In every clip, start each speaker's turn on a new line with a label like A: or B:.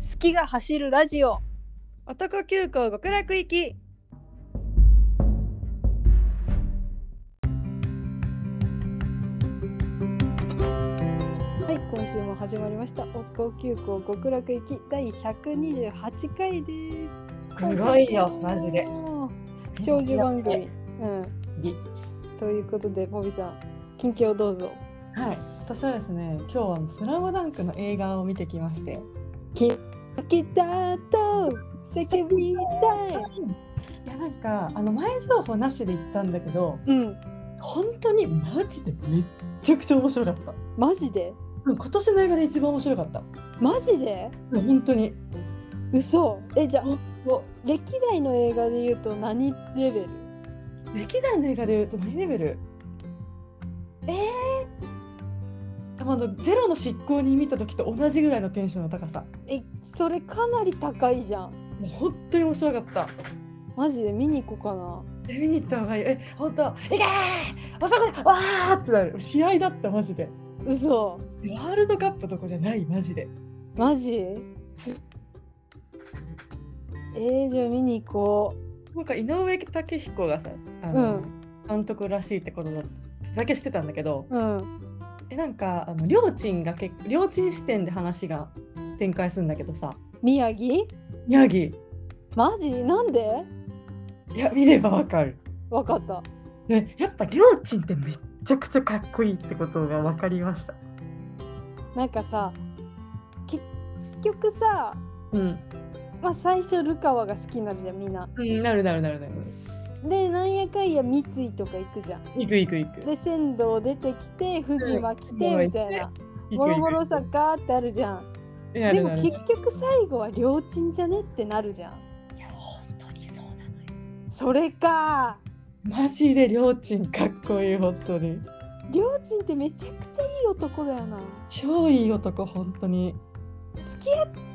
A: 月が走るラジオ
B: 男急行極楽行き
A: はい今週も始まりました男急行極楽行き第128回です
B: すごいよマジで
A: もう長寿番組うん
B: ぎ
A: ということでボビさん近況どうぞ
B: はい私はですね今日はあのスラムダンクの映画を見てきまして
A: きだと叫びたい
B: いやなんかあの前情報なしで行ったんだけど
A: うん
B: 本当にマジでめっちゃくちゃ面白かった
A: マジで
B: うん今年の映画で一番面白かった
A: マジで
B: うん本当に
A: 嘘えじゃあ
B: お
A: 歴代の映画で言うと何レベル
B: 歴代の映画でいうと何レベルええー、あのゼロの執行人見た時と同じぐらいのテンションの高さ
A: えそれかなり高いじゃん
B: もう本当に面白かった
A: マジで見に行こう
B: え見に行った方がいい。え、本当。いけー。あそこでわーってなる。試合だったマジで。
A: かな嘘
B: ワールドカップとかじゃないマジで。
A: マジ
B: す
A: えー、じゃあ見に行こ
B: なんか井上武彦がさ、あ
A: うう
B: の、
A: ん
B: 監督らしいってことだだけしてたんだけど、
A: うん
B: えなんかあの両親がけ両親視点で話が展開するんだけどさ、
A: 宮城
B: ヤギ
A: マジなんで
B: いや見ればわかる。
A: わかった
B: ね、やっぱ両親ってめっちゃくちゃかっこいいってことがわかりました。
A: なんかさ結局さ
B: うん。
A: まあ最初ルカワが好きになるじゃんみんな
B: うん、なるなるなるなる。
A: でなんやかんや三井とか行くじゃん
B: いくいくいく。
A: で仙道出てきて藤間来て
B: うん
A: みたいな
B: 行
A: も
B: く
A: ろ
B: 行
A: も
B: く
A: ろさガーってあるじゃん
B: な
A: で
B: る
A: も
B: なる
A: 結局最後は両親じゃねってなるじゃん
B: いや本当にそうなのよ
A: それか
B: マジでりょーちんかっこいい本当に
A: 両親ってめちゃくちゃいい男だよな
B: 超いい男本当に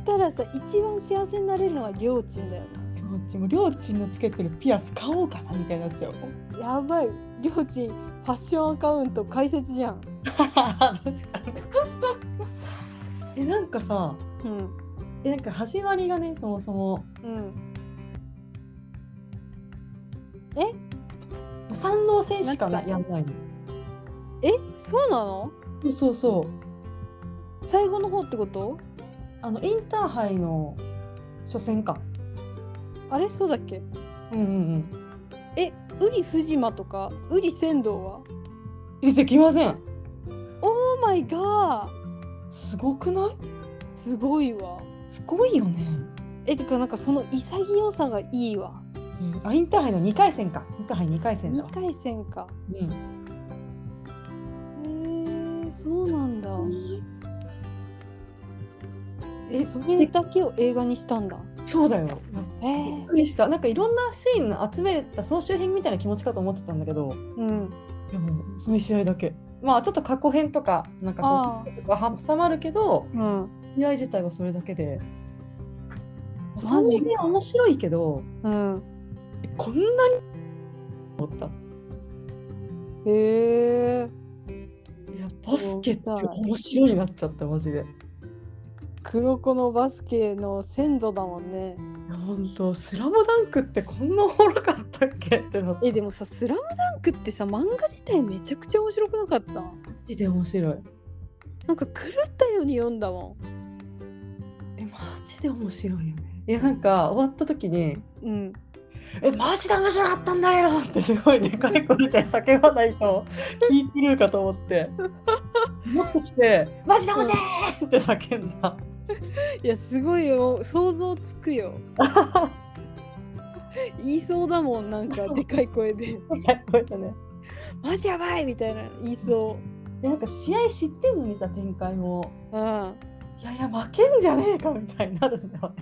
A: たらさ一番幸せになれるのは両親だよ
B: りょーちんもりょーちんのつけてるピアス買おうかなみたいになっ ちゃう
A: なやばい両親ファッションアカウント開設じゃん
B: 確かにえなんかさ
A: うん
B: えなんか始まりがねそもそも
A: うん
B: 三能戦しかな
A: なんか
B: やんないの
A: えそうなの
B: そうそうそう
A: 最後の方ってこと
B: あのインターハイの初戦か
A: あれそうだっけ
B: うんうん
A: えウリ藤間とかウリ仙道は
B: うんえできません
A: オーマイガー
B: すごくない
A: すごいわ
B: すごいよね、
A: えてかなんかその潔さがいいわ
B: うん、あインターハイの二回戦かインターハイ二回戦だ
A: 2
B: わ
A: 回戦か
B: うん
A: へえそうなんだえそれだけを映画にしたんだ
B: そうだよ。
A: え
B: びっ
A: ー、
B: くりした。なんかいろんなシーン集めた総集編みたいな気持ちかと思ってたんだけど、
A: うん
B: いやもうその試合だけ。まあちょっと過去編とかなんか
A: あ
B: そういうのが挟まるけど、
A: うん
B: 試合自体はそれだけで。
A: ジか
B: 三人面白いけど、
A: うん
B: えこんなに思った。
A: へえ
B: いやバスケって面白いになっちゃったマジで。
A: 黒子のバスケの先祖だもんね
B: いや本当スラムダンクってこんなおもろかったっけってなって。
A: えでもさ「スラムダンクってさ漫画自体めちゃくちゃ面白くなかった
B: マジで面白い。
A: なんか狂ったように読んだも
B: えマジで面白いよね。いやなんか終わった時に。
A: んうん
B: えマジで面白かったんだよってすごいでかい声で叫ばないと聞いてるかと思って持ってきてマジで面白いって叫ん だ
A: いやすごいよ想像つくよ言いそうだもんなん かでかい声で
B: 声だね
A: 「マジやばい!」みたいな言いそ
B: でなんか試合知ってんのにさ展開も
A: ううん
B: いやいや負けんじゃねえかみたいになるんだよね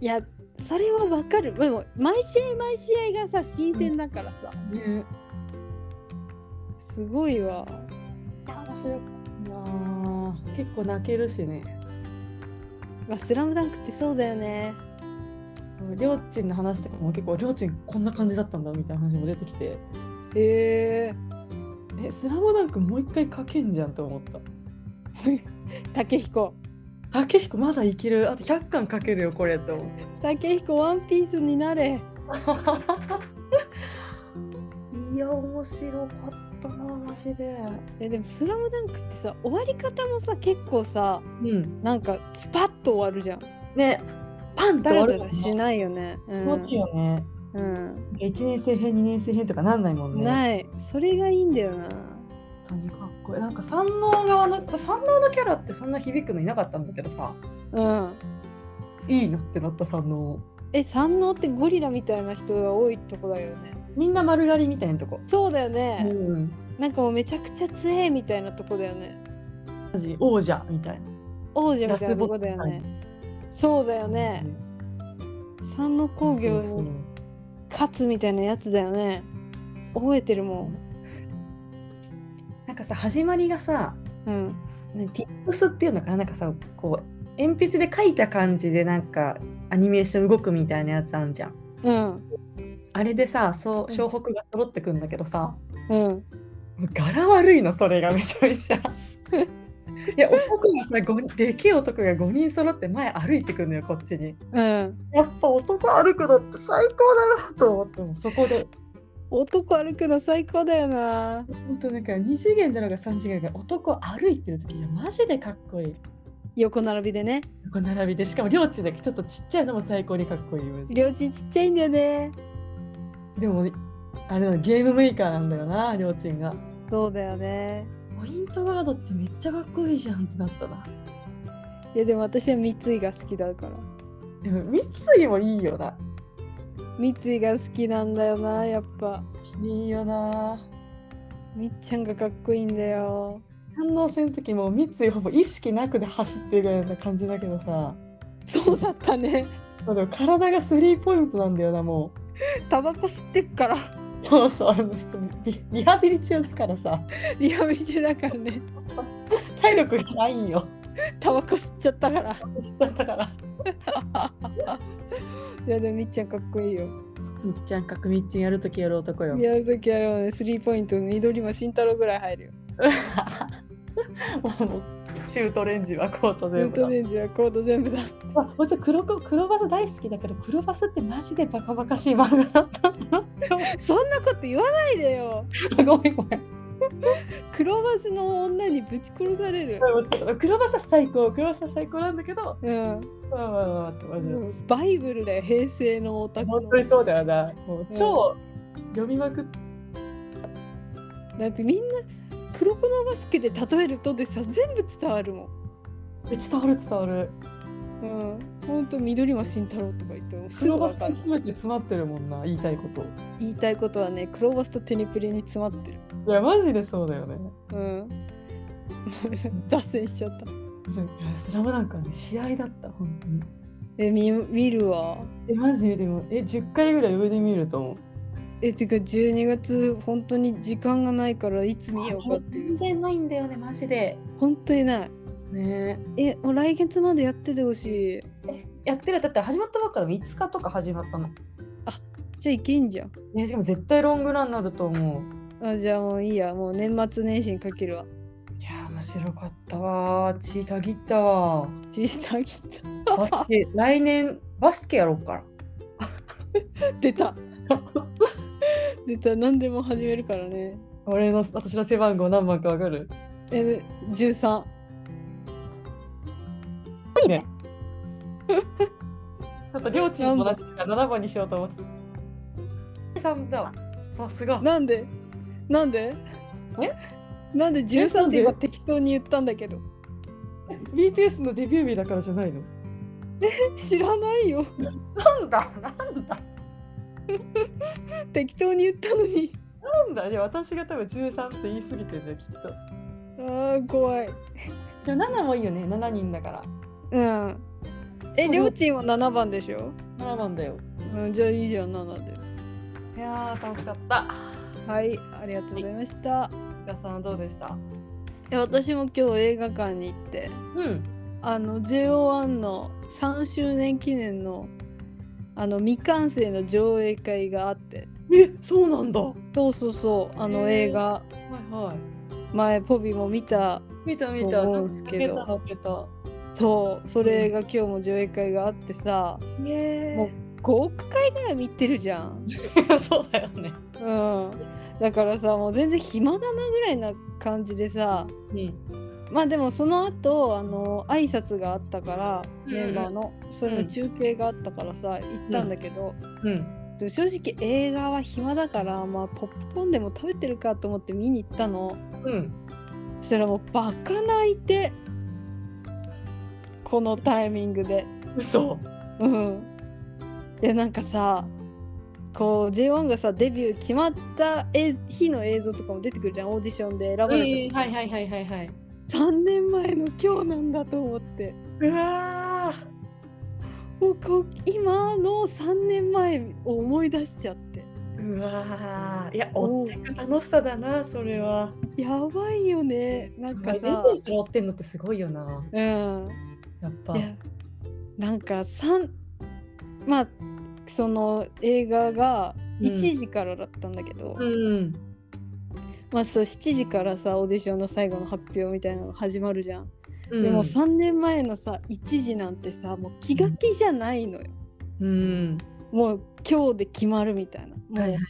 A: いやそれはわかるでも毎試合毎試合がさ新鮮だからさ、
B: ね
A: すごいわ
B: 面白い結構泣けるしね
A: まあ、スラムダンクってそうだよね
B: りょーちんの話とかも結構りょーちんこんな感じだったんだみたいな話も出てきて
A: へえ
B: えスラムダンクもう一回書けんじゃんと思った
A: 武彦
B: 竹彦まだいけるあと100巻かけるよこれと思って
A: 竹彦ワンピースになれ
B: いや面白かったなマジで
A: えでも「スラムダンクってさ終わり方もさ結構さ
B: うん
A: なんかスパッと終わるじゃん
B: ねパンと
A: だら
B: あ
A: だ
B: るも
A: ら
B: ん
A: し
B: ね
A: ないよね、う
B: 気
A: ん
B: 持ちいいよね
A: うん、
B: 1年生編2年生編とかなんないもんね
A: ないそれがいいんだよな
B: 本当にかっこいいなんか山王側の山王のキャラってそんな響くのいなかったんだけどさ
A: うん
B: いいなってなった山王
A: え山王ってゴリラみたいな人が多いとこだよね
B: みんな丸刈りみたいなとこ、
A: そうだよね、
B: うん、
A: なんかもうめちゃくちゃ強えみたいなとこだよね
B: マジ王者みたいな
A: 王者みたいなとこだよ
B: ラスボスみ
A: ねそうだよね山王工業
B: そうそう
A: に勝つみたいなやつだよね覚えてるも
B: なんかさ始まりがさ
A: んうん
B: 何ティップスっていうのかななんかさこう鉛筆で描いた感じでなんかアニメーション動くみたいなやつあんじゃん
A: うん
B: あれでさそううん湘北が揃ってくんだけどさ、
A: うん
B: 柄悪いのそれがめちゃめちゃ いや男がさごでけえ男が5人揃って前歩いてくんのよこっちに
A: うん
B: やっぱ男歩くのって最高だなと思ってもうそこで
A: 男歩くの最高だよな
B: 本当なんか2次元だろうが3次元だろうが男歩いてる時いやマジでかっこいい
A: 横並びでね
B: 横並びでしかも領地でちょっとちっちゃいのも最高にかっこいいよ
A: 両親ちっちゃいんだよね
B: でもあれなのゲームメーカーなんだよなりょうちんが
A: そうだよね
B: ポイントガードってめっちゃかっこいいじゃんってなったない
A: やでも私は三井が好きだから
B: でも三井もいいよな
A: 三井が好きなんだよなやっぱ
B: いいよな
A: みっちゃんがかっこいいんだよ
B: 反応戦の時も三井ほぼ意識なくで走ってるぐらいな感じだけどさ
A: そうだったね
B: まあでも体がスリーポイントなんだよなも
A: タバコ吸ってっから
B: うそうそうあの人リリハビリ中だからさ
A: リハビリ中だからね
B: 体力がないん よ
A: タバコ吸っちゃったから
B: 知っちゃったから
A: いやでもみっちゃんかっこいいよ
B: みっちゃんかくみっちんやるときやる男よ
A: いやるときあれはねスリーポイント緑も慎太郎ぐらい入るよ
B: もうシュートレンジはコート
A: ウル
B: 全部
A: ト
B: だ
A: レンジはコード全部だ
B: あもちろん黒子黒バス大好きだけど黒バスってマジでバカバカしい漫画だったんだ
A: そんなこと言わないでよ
B: ごめんごめん
A: クロバスの女にぶち殺される
B: もうちょっと黒バスは最高黒バスは最高なんだけど
A: うん
B: まあまあまあまあってマジで
A: バイブルだよ平成のオタク
B: 本
A: の
B: 当にそうだよなもう超読みまくっ
A: だってみんな黒子のバスケで例えるとでさ全部伝わるもん
B: て伝わる伝わる
A: うんほんと緑間慎太郎とか言ってもすぐ
B: 黒バ
A: 分
B: ス
A: かる
B: 全て詰まってるもんな言いたいこと
A: 言いたいことはねクロバスとテニプリに詰まってる
B: いやマジでそうだよね
A: うん脱線しちゃった
B: そういやスラムダンクはね試合だった本当に
A: え見見るわ
B: えマジでもえ10回ぐらい上で見ると思う
A: えてか12月本当に時間がないからいつ見ようかっていう
B: 然ないんだよねマジで
A: 本当にない
B: ね
A: えもう来月までやっててほしい
B: やってるだって始まったばっかで5日とか始まったの
A: じゃあいけんじゃん
B: ねしかも絶対ロングランになると思う
A: あじゃあもういいやもう年末年始にかけるわ
B: いやー面白かったわー血たぎったわ ー
A: ジーターギタ
B: バスケ来年バスケやろうから
A: ー出 た出た何でも始めるからね
B: 俺の私の背番号何番かわかる
A: え13
B: いいねちょっと両チーム同じだから7番にしようと思ってた3だわさすが
A: なんでなんでなんで13って
B: えな
A: 今
B: ん
A: 適当に言ったんだけど
B: BTS のデビュー日だからじゃないの
A: 知らないよ
B: なんだなんだ
A: 適当に言ったのに
B: なんだいや私が多分13って言い過ぎてるんだよきっと
A: あー怖い
B: でも7もいいよね7人だから
A: うんえ、りょうちんは7番でしょ
B: 7番だよ
A: うん、じゃあいいじゃん、7で。
B: いやー楽しかった
A: はい、ありがとうございました。
B: お母さんはどうでした
A: え私も今日映画館に行って、
B: うん
A: あの、JO1 の3周年記念の、あの、未完成の上映会があって、
B: えそうなんだは
A: そうそうそう、あの
B: へー
A: 映画、
B: いはい
A: 前、ポビも見た、
B: 見た見
A: と
B: た
A: 思うんすけど
B: 泣けた泣けた
A: そうそれが今日も上映会があってさ
B: イエ
A: もう5億回ぐらい見てるじゃん。
B: ーイ そうだよね。
A: うん、だからさもう全然暇だなぐらいな感じでさ
B: うん。
A: まあでもその後あの挨拶があったから
B: うん
A: メンバーの、それの中継があったからさ行ったんだけど、
B: うん。
A: 正直映画は暇だから、まあ、ポップコーンでも食べてるかと思って見に行ったの
B: うん。
A: そしたらもうバカ泣いてこのタイミングで。
B: 嘘。
A: うん、 いやなんかさこう J1 がさデビュー決まったえ日の映像とかも出てくるじゃんオーディションで選ばれた、
B: はいはいはいはいはい。
A: 3年前の今日なんだと思って
B: うわー
A: もうこう今の3年前を思い出しちゃって
B: うわーいや、追ってく楽しさだな、それは。
A: やばいよねなん
B: デ
A: か
B: ビュ
A: さ
B: ーする追ってんのってすごいよな。
A: うん
B: やっぱ
A: い。やなんか三まあその映画が1時からだったんだけど、
B: うん。
A: まあそう7時からさオーディションの最後の発表みたいなのが始まるじゃん、
B: うん
A: でも3年前のさ1時なんてさもう気が気じゃないのよ
B: うん。
A: もう今日で決まるみたいなもう,、
B: はいはいは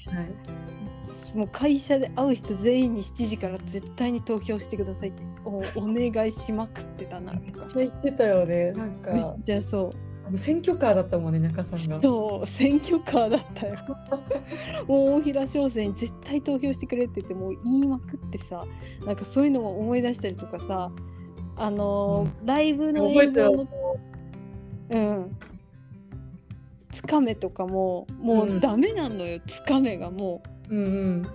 B: い。
A: もう会社で会う人全員に7時から絶対に投票してくださいっておお願いしまくってたな
B: め
A: と
B: っ
A: か
B: ちゃ言ってたよね。なん
A: め
B: か
A: っ、ちゃそ
B: あの選挙カーだったもんね、中さんが。
A: うそう選挙カーだった よもう大平商船に絶対投票してくれって言ってもう言いまくってさなんかそういうのも思い出したりとかさあのーライブの
B: 覚え
A: 映
B: てる
A: 像のうん。つかめとかもも
B: うん
A: うダメなのよ、つかめがも
B: うんうん。
A: う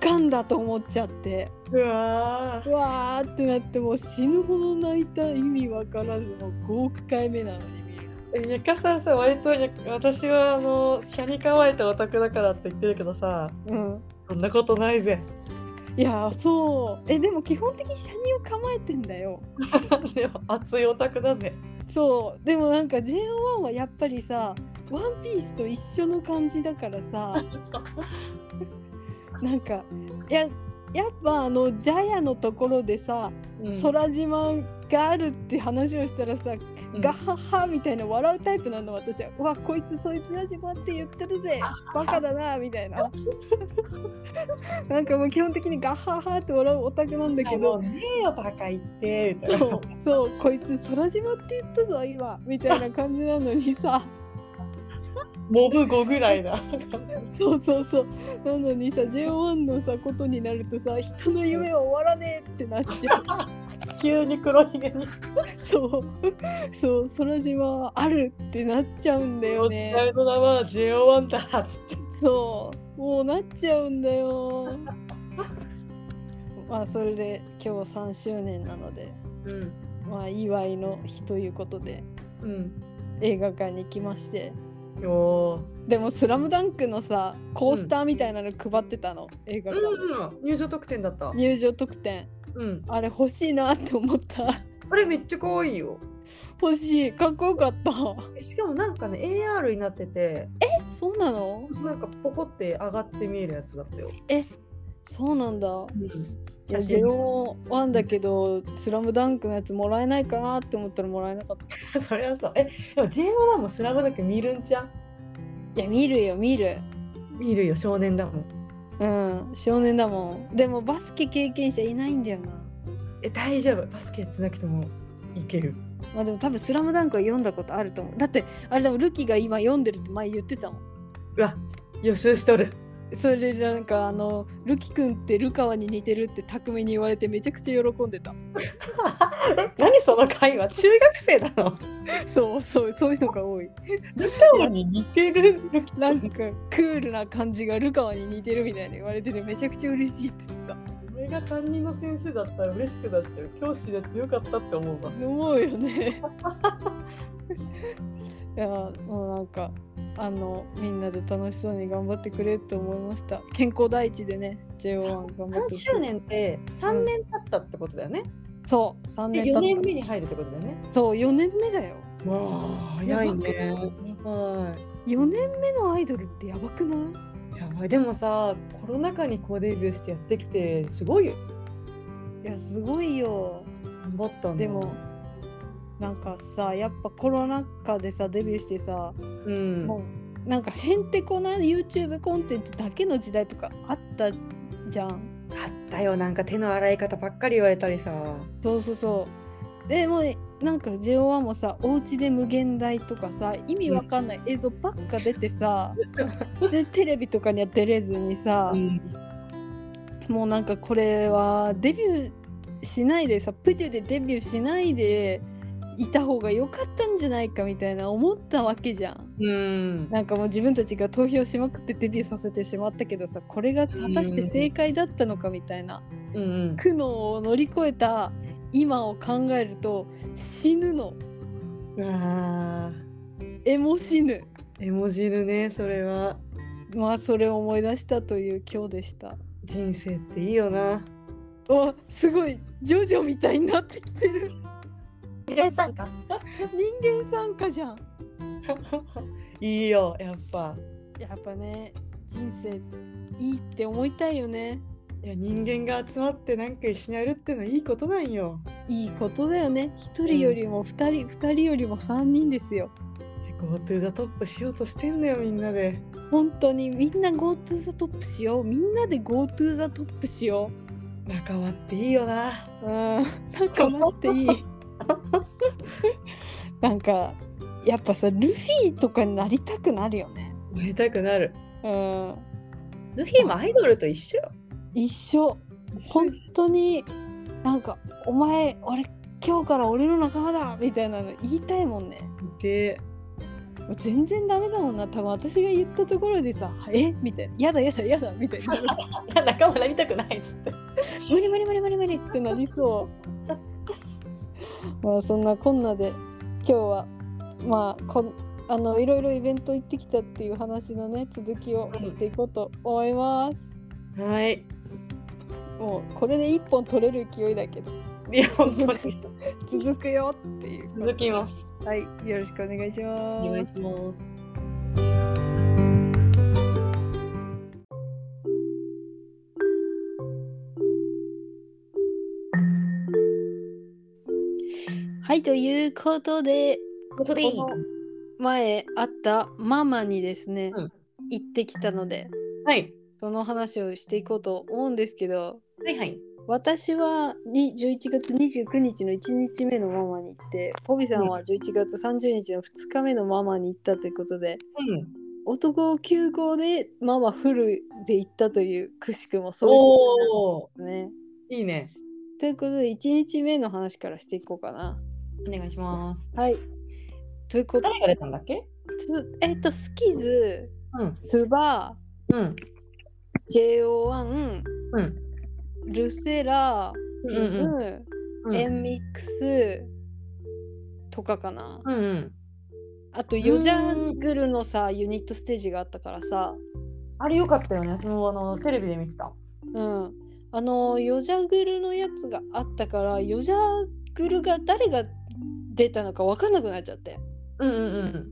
A: 掴んだと思っちゃって
B: うわ
A: うわーってなってもう死ぬほど泣いた意味わからずもう5億回目なのに見る
B: ーにかさんさ割とに私はあの車に構えてオタクだからって言ってるけどさ
A: うん
B: そんなことないぜ
A: いやーそうえでも基本的に車にを構えてんだよ
B: でも熱いオタクだぜ
A: そうでもなんか JO1 はやっぱりさ「ワンピースと一緒の感じだからさなんかいややっぱあのジャヤのところでさ空島があるって話をしたらさ、ガッハッハみたいな笑うタイプなの私は「うわこいつそいつラジマって言ってるぜバカだな」みたいななんかもう基本的にガッハッハって笑うオタクなんだ
B: だけ
A: け
B: ど
A: ど
B: ねえよバカ言ってみたいな
A: そうそうこいつ空島って言ったぞ今みたいな感じなのにさ
B: モブ5ぐらいだ
A: そうそうそうなのにさ J1 のさことになるとさ人の夢は終わらねえってなっちゃう。
B: 急に黒ひげに
A: そう、そう、空島はあるってなっちゃうんだ
B: 「
A: よ
B: お時
A: ね。
B: 代の名は JO1 だ」っつって
A: そう、もうなっちゃうんだよ。まあ、それで今日3周年なので、
B: うん
A: まあ、祝いの日ということで
B: うん
A: 映画館に来まして。
B: よ
A: でも「スラムダンクのさコースターみたいなの配ってたの、映画館で、
B: うん入場特典だった
A: 入場特典
B: うん
A: あれ欲しいなって思った
B: あれめっちゃ可愛いよ
A: 欲しいかっこよかった
B: しかもなんかね AR になってて
A: そうなの
B: なんかポコって上がって見えるやつだったよ
A: えそうなんだいや
B: 写真
A: JO1 だけど「スラムダンクのやつもらえないかなって思ったらもらえなかった
B: それはそうえでも JO1 もスラムダンク見るんちゃ
A: いや見るよ見る
B: う見るよ少年だもん
A: うん少年だもんでもバスケ経験者いないんだよな
B: え大丈夫バスケやってなくてもいける
A: まあでも多分「スラムダンクは読んだことあると思うだってあれでもルキが今読んでるって前言ってたもん
B: うわ予習しとる
A: それでなんかあの「ルキくんってルカワに似てる」って巧みに言われてめちゃくちゃ喜んでた
B: え何その会話中学生なの
A: そうそうそういうのが多い
B: ルカオに似てるルキ
A: なんかクールな感じがルカワに似てるみたいに言われててめちゃくちゃ嬉しいって言ってた
B: 俺が担任の先生だったら嬉しくなっちゃう教師でやってよかったって思うわ
A: 思うよね いやもうなんかあのみんなで楽しそうに頑張ってくれって思いました健康第一でね JO1 頑張って
B: 3周年って3年経ったってことだよね、
A: そう3
B: で
A: 年経
B: 4年
A: っ
B: 目に入るってことだよね
A: たそう4年目だよ
B: わあ
A: 早いね
B: は
A: 4年目のアイドルってやばくない
B: いやばいでもさコロナ禍にこうデビューしてやってきてすごいよ
A: いやすごいよ
B: 頑張ったんだ
A: でもなんかさやっぱコロナ禍でさデビューしてさ、
B: うん
A: もうなんかへんてこな YouTube コンテンツだけの時代とかあったじゃん
B: あったよなんか手の洗い方ばっかり言われたりさ
A: そうそうそうでもうなんか JO1 もさお家で無限大とかさ意味わかんない映像ばっか出てさでテレビとかには出れずにさ、もうなんかこれはデビューしないでさプテでデビューしないでいた方が良かったんじゃないかみたいな思ったわけじゃん。
B: うん
A: なんかもう自分たちが投票しまくってデビューさせてしまったけどさこれが果たして正解だったのかみたいな
B: うん
A: 苦悩を乗り越えた今を考えると死ぬの
B: うんあ
A: 絵も死ぬ
B: ー絵文字るねそれは
A: まあそれを思い出したという今日でした
B: 人生っていいよな
A: おすごいジョジョみたいになってきてる
B: 皆さんか
A: 人間参加じゃん
B: いいよやっぱ
A: やっぱね人生いいって思いたいよね
B: いや人間が集まってなんか一緒にやるってのはいいことなんよ
A: いいことだよね一人よりも二人、二人よりも三人ですよ
B: GoTo ザトップしようとしてんだよみんなで
A: 本当にみんな GoTo ザトップしようみんなで GoTo ザトップしよ
B: 仲間っていいよな
A: ううんなんか待って いいなんかやっぱさルフィとかになりたくなるよね
B: なりたくなる
A: うん
B: ルフィもアイドルと一緒よ
A: 一緒本当になんかお前俺今日から俺の仲間だみたいなの言いたいもんね
B: で
A: もう全然ダメだもんな多分私が言ったところでさ「えみたいな「やだやだやだ」みたいな 「
B: 仲間なりたくないっつって
A: 無理無理無理無理無理」ってなりそう まあそんなこんなで今日はまあこんあのいろいろイベント行ってきたっていう話のね続きをしていこうと思います
B: はい
A: もうこれで一本取れる勢いだけど
B: いや本当に
A: 続くよっていう
B: 続きます
A: はいよろしくお願いします
B: します
A: はいということで
B: ことでいい
A: この前あったママにですね、
B: うん
A: 行ってきたので
B: はい
A: その話をしていこうと思うんですけど
B: はいはい
A: 私はに11月29日の1日目のママに行ってポビさんは11月30日の2日目のママに行ったということで、
B: うん
A: 男9号でママフルで行ったというくしくもそういう
B: おお
A: ことなんですね。
B: いいね
A: ということで1日目の話からしていこうかな。
B: お願いします
A: はいということ
B: 誰が出たんだっけ
A: えっとスキズ
B: うん
A: トゥバー
B: うん
A: JO1、
B: うん
A: ルセラ、
B: うん
A: ル
B: うん
A: ム、
B: うん
A: エンミックスとかかな。
B: うんうん
A: あと、ヨジャングルのさ、ユニットステージがあったからさ、
B: あれ良かったよね。そのあのテレビで見てた。
A: うん。あの、ヨジャングルのやつがあったから、ヨジャングルが誰が出たのか分かんなくなっちゃって。
B: うんうんうん。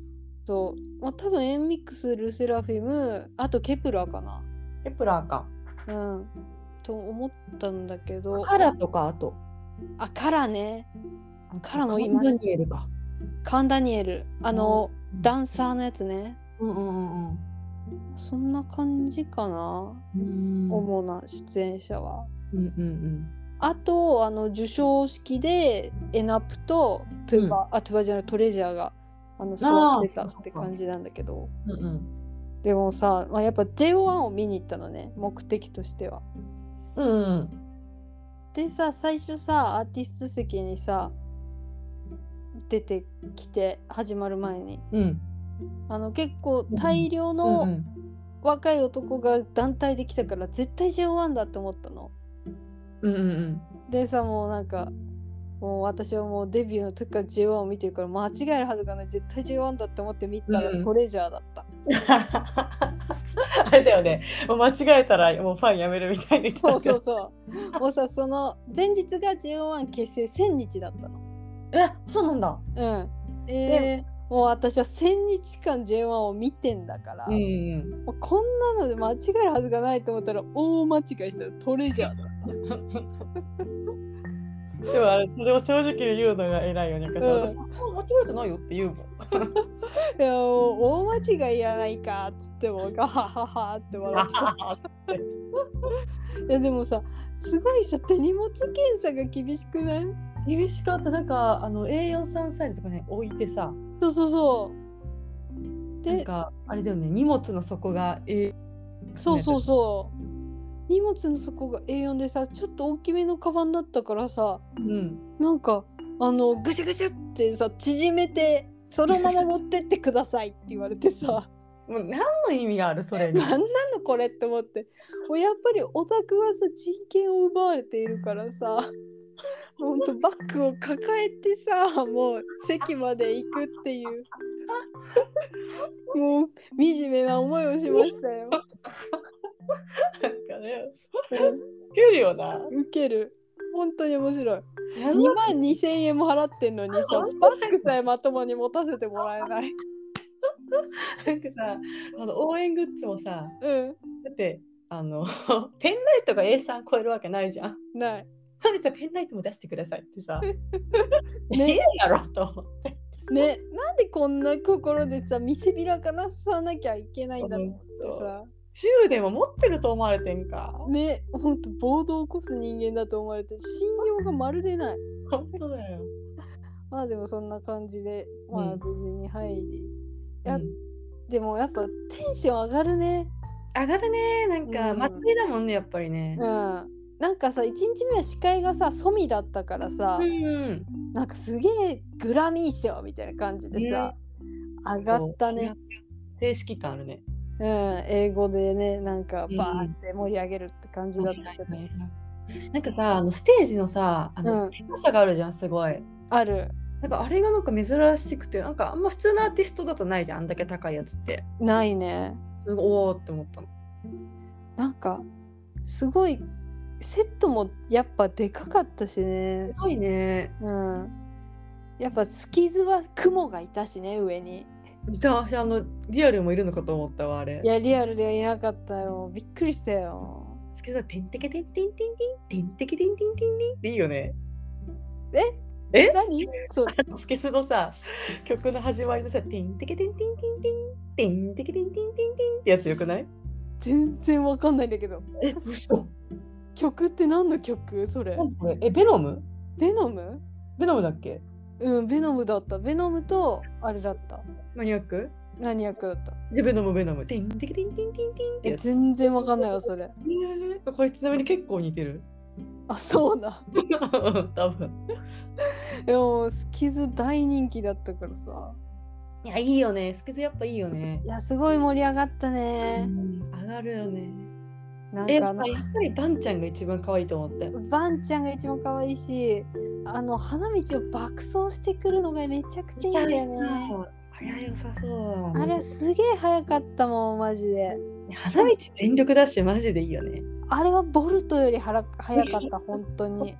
A: そう。まあ、多分エンミックス、ルセラフィム、あとケプラーかな。
B: エプラーか。
A: うん。と思ったんだけど、
B: カラとかあと。
A: あ、カラね。カラもい
B: 今
A: ま
B: ダ
A: す
B: ニエルか。
A: カンダニエルあの、
B: うん
A: ダンサーのやつね
B: うんうんうんうん。
A: そんな感じかな、
B: うんうん
A: 主な出演者は
B: うんうん。
A: あとあの授賞式でエナプとトゥバ、あトゥバじゃないトレジャーがあの座ってた
B: そっかそっ
A: っ
B: か
A: て感じなんだけど
B: うんうん。
A: でもさ、まあ、やっぱ JO1 を見に行ったのね目的としては
B: うんうん。
A: でさ最初さアーティスト席にさ出てきて始まる前に
B: うん。
A: あの結構大量の、
B: うん
A: 若い男が団体で来たから絶対 JO1 だって思ったの。
B: うんうん
A: でさもうなんかもう私はもうデビューの時から JO1 を見てるから間違えるはずがない絶対 JO1 だって思って見た
B: うんう
A: ら
B: ん
A: トレジャーだった。
B: うん。 あれだよね。もう間違えたらもうファンやめるみたいに言って
A: そ
B: た
A: う
B: け
A: そう
B: ど。
A: そう。もうさその前日が JO1 結成1000日だったの。
B: え、そうなんだ。
A: うん。
B: え
A: もう私は1000日間 JO1 を見てんだから、
B: ー。うん
A: もうこんなので間違えるはずがないと思ったら大間違いしたよトレジャーだった。
B: うん。でもあれそれを正直に言うのが偉いよね。なんかさ
A: うん
B: 私もう間違えてないよって言うもん。
A: いやもう大間違いやないかっつってもガハハハって笑って いやでもさすごいさ手荷物検査が厳しくない
B: 厳しかったなんかあの A43 サイズとかね置いてさ
A: そうそうそう
B: なん
A: で
B: かあれだよね荷物の底が A
A: そうそうそう荷物の底が A4 でさちょっと大きめのカバンだったからさ
B: うん
A: なんかあのぐちゅぐちゅってさ縮めてそのまま持ってってくださいって言われてさ
B: もう何の意味があるそ れに
A: 何なのこれって思ってもうやっぱりオタクはさ人権を奪われているからさほんとバッグを抱えてさもう席まで行くっていうもう惨めな思いをしましたよ。
B: なんかね
A: うん
B: ウケるよな
A: 受ける本当に面白い
B: 何
A: 2万2000円も払ってんのにさ
B: あ
A: バッグさえまともに持たせてもらえない
B: なんかさあの応援グッズもさ
A: う
B: だってあの ペンライトが A3 超えるわけないじゃん。
A: んない
B: なのにさペンライトも出してくださいってさ
A: ね
B: 嫌、やろと思って
A: ねなんでこんな心でさ見せびらかなさなきゃいけないんだろうってさ
B: 銃でも持ってると思われてんか。
A: ねほんと暴動を起こす人間だと思われて信用がまるでない
B: 本当だよ。
A: まあでもそんな感じでま
B: う
A: あ
B: ん
A: 無事に入り、や
B: うん
A: でもやっぱテンション上がるね
B: 上がるねなんか、
A: うん
B: 祭りだもんねやっぱりね
A: うん。なんかさ1日目は司会がさソミだったからさ、
B: うん
A: なんかすげえグラミー賞みたいな感じでさ、上がったね、。
B: 正式感あるね。
A: うん、英語でねなんか
B: うん
A: バーって盛り上げるって感じだったけど、
B: なんかさあのステージのさあ
A: う
B: の
A: ん
B: 高さがあるじゃんすごい。
A: ある
B: なんかあれがなんか珍しくてなんかあんま普通のアーティストだとないじゃんあんだけ高いやつって。
A: ないね
B: すごいおおって思ったの。
A: なんかすごいセットもやっぱでかかったしね
B: すごいね。
A: うんやっぱスキズは雲がいたしね上に
B: いた私あのリアルもいるのかと思ったわあれ
A: い。やリアルではいなかったよびっくりしたよ
B: 好きだてんてけてんてんてんてんてんてけてんてんてんてんっていいよね。え
A: 何そう
B: スケスのさ曲の始まりのさ「ティンテケテンティンティンティンティンテケテンティンティンティン」ってやつよくない
A: 全然わかんないんだけど
B: え嘘
A: 曲って何の曲それ
B: なんでこれえベノム
A: ベノム
B: ベノムだっけ
A: うん、ベノムだった。ベノムと、あれだった。
B: マニアック
A: 何役だった。
B: じゃあベノムベノム「ティンテケテンティンティンティン」って
A: え、
B: やつ
A: 全然わかんないわ、それ。
B: えーこれちなみに結構似てる
A: あ、そうな。
B: 多分
A: でも、スキズ大人気だったからさ。
B: いやいいよねスケスやっぱいいよね
A: いや、すごい盛り上がったね。
B: 上がるよね
A: なん
B: え
A: か
B: や
A: あ
B: っ
A: の
B: ぱ、りバンちゃんが一番可愛いと思ったよ
A: バンちゃんが一番可愛いし、あの、花道を爆走してくるのがめちゃくちゃいいんだよね。
B: あれは良さそうだわ
A: あれ、すげえ早かったもん、マジで。
B: 花道全力ダッシュマジでいいよね
A: あれはボルトよりはら早かった、本当に。い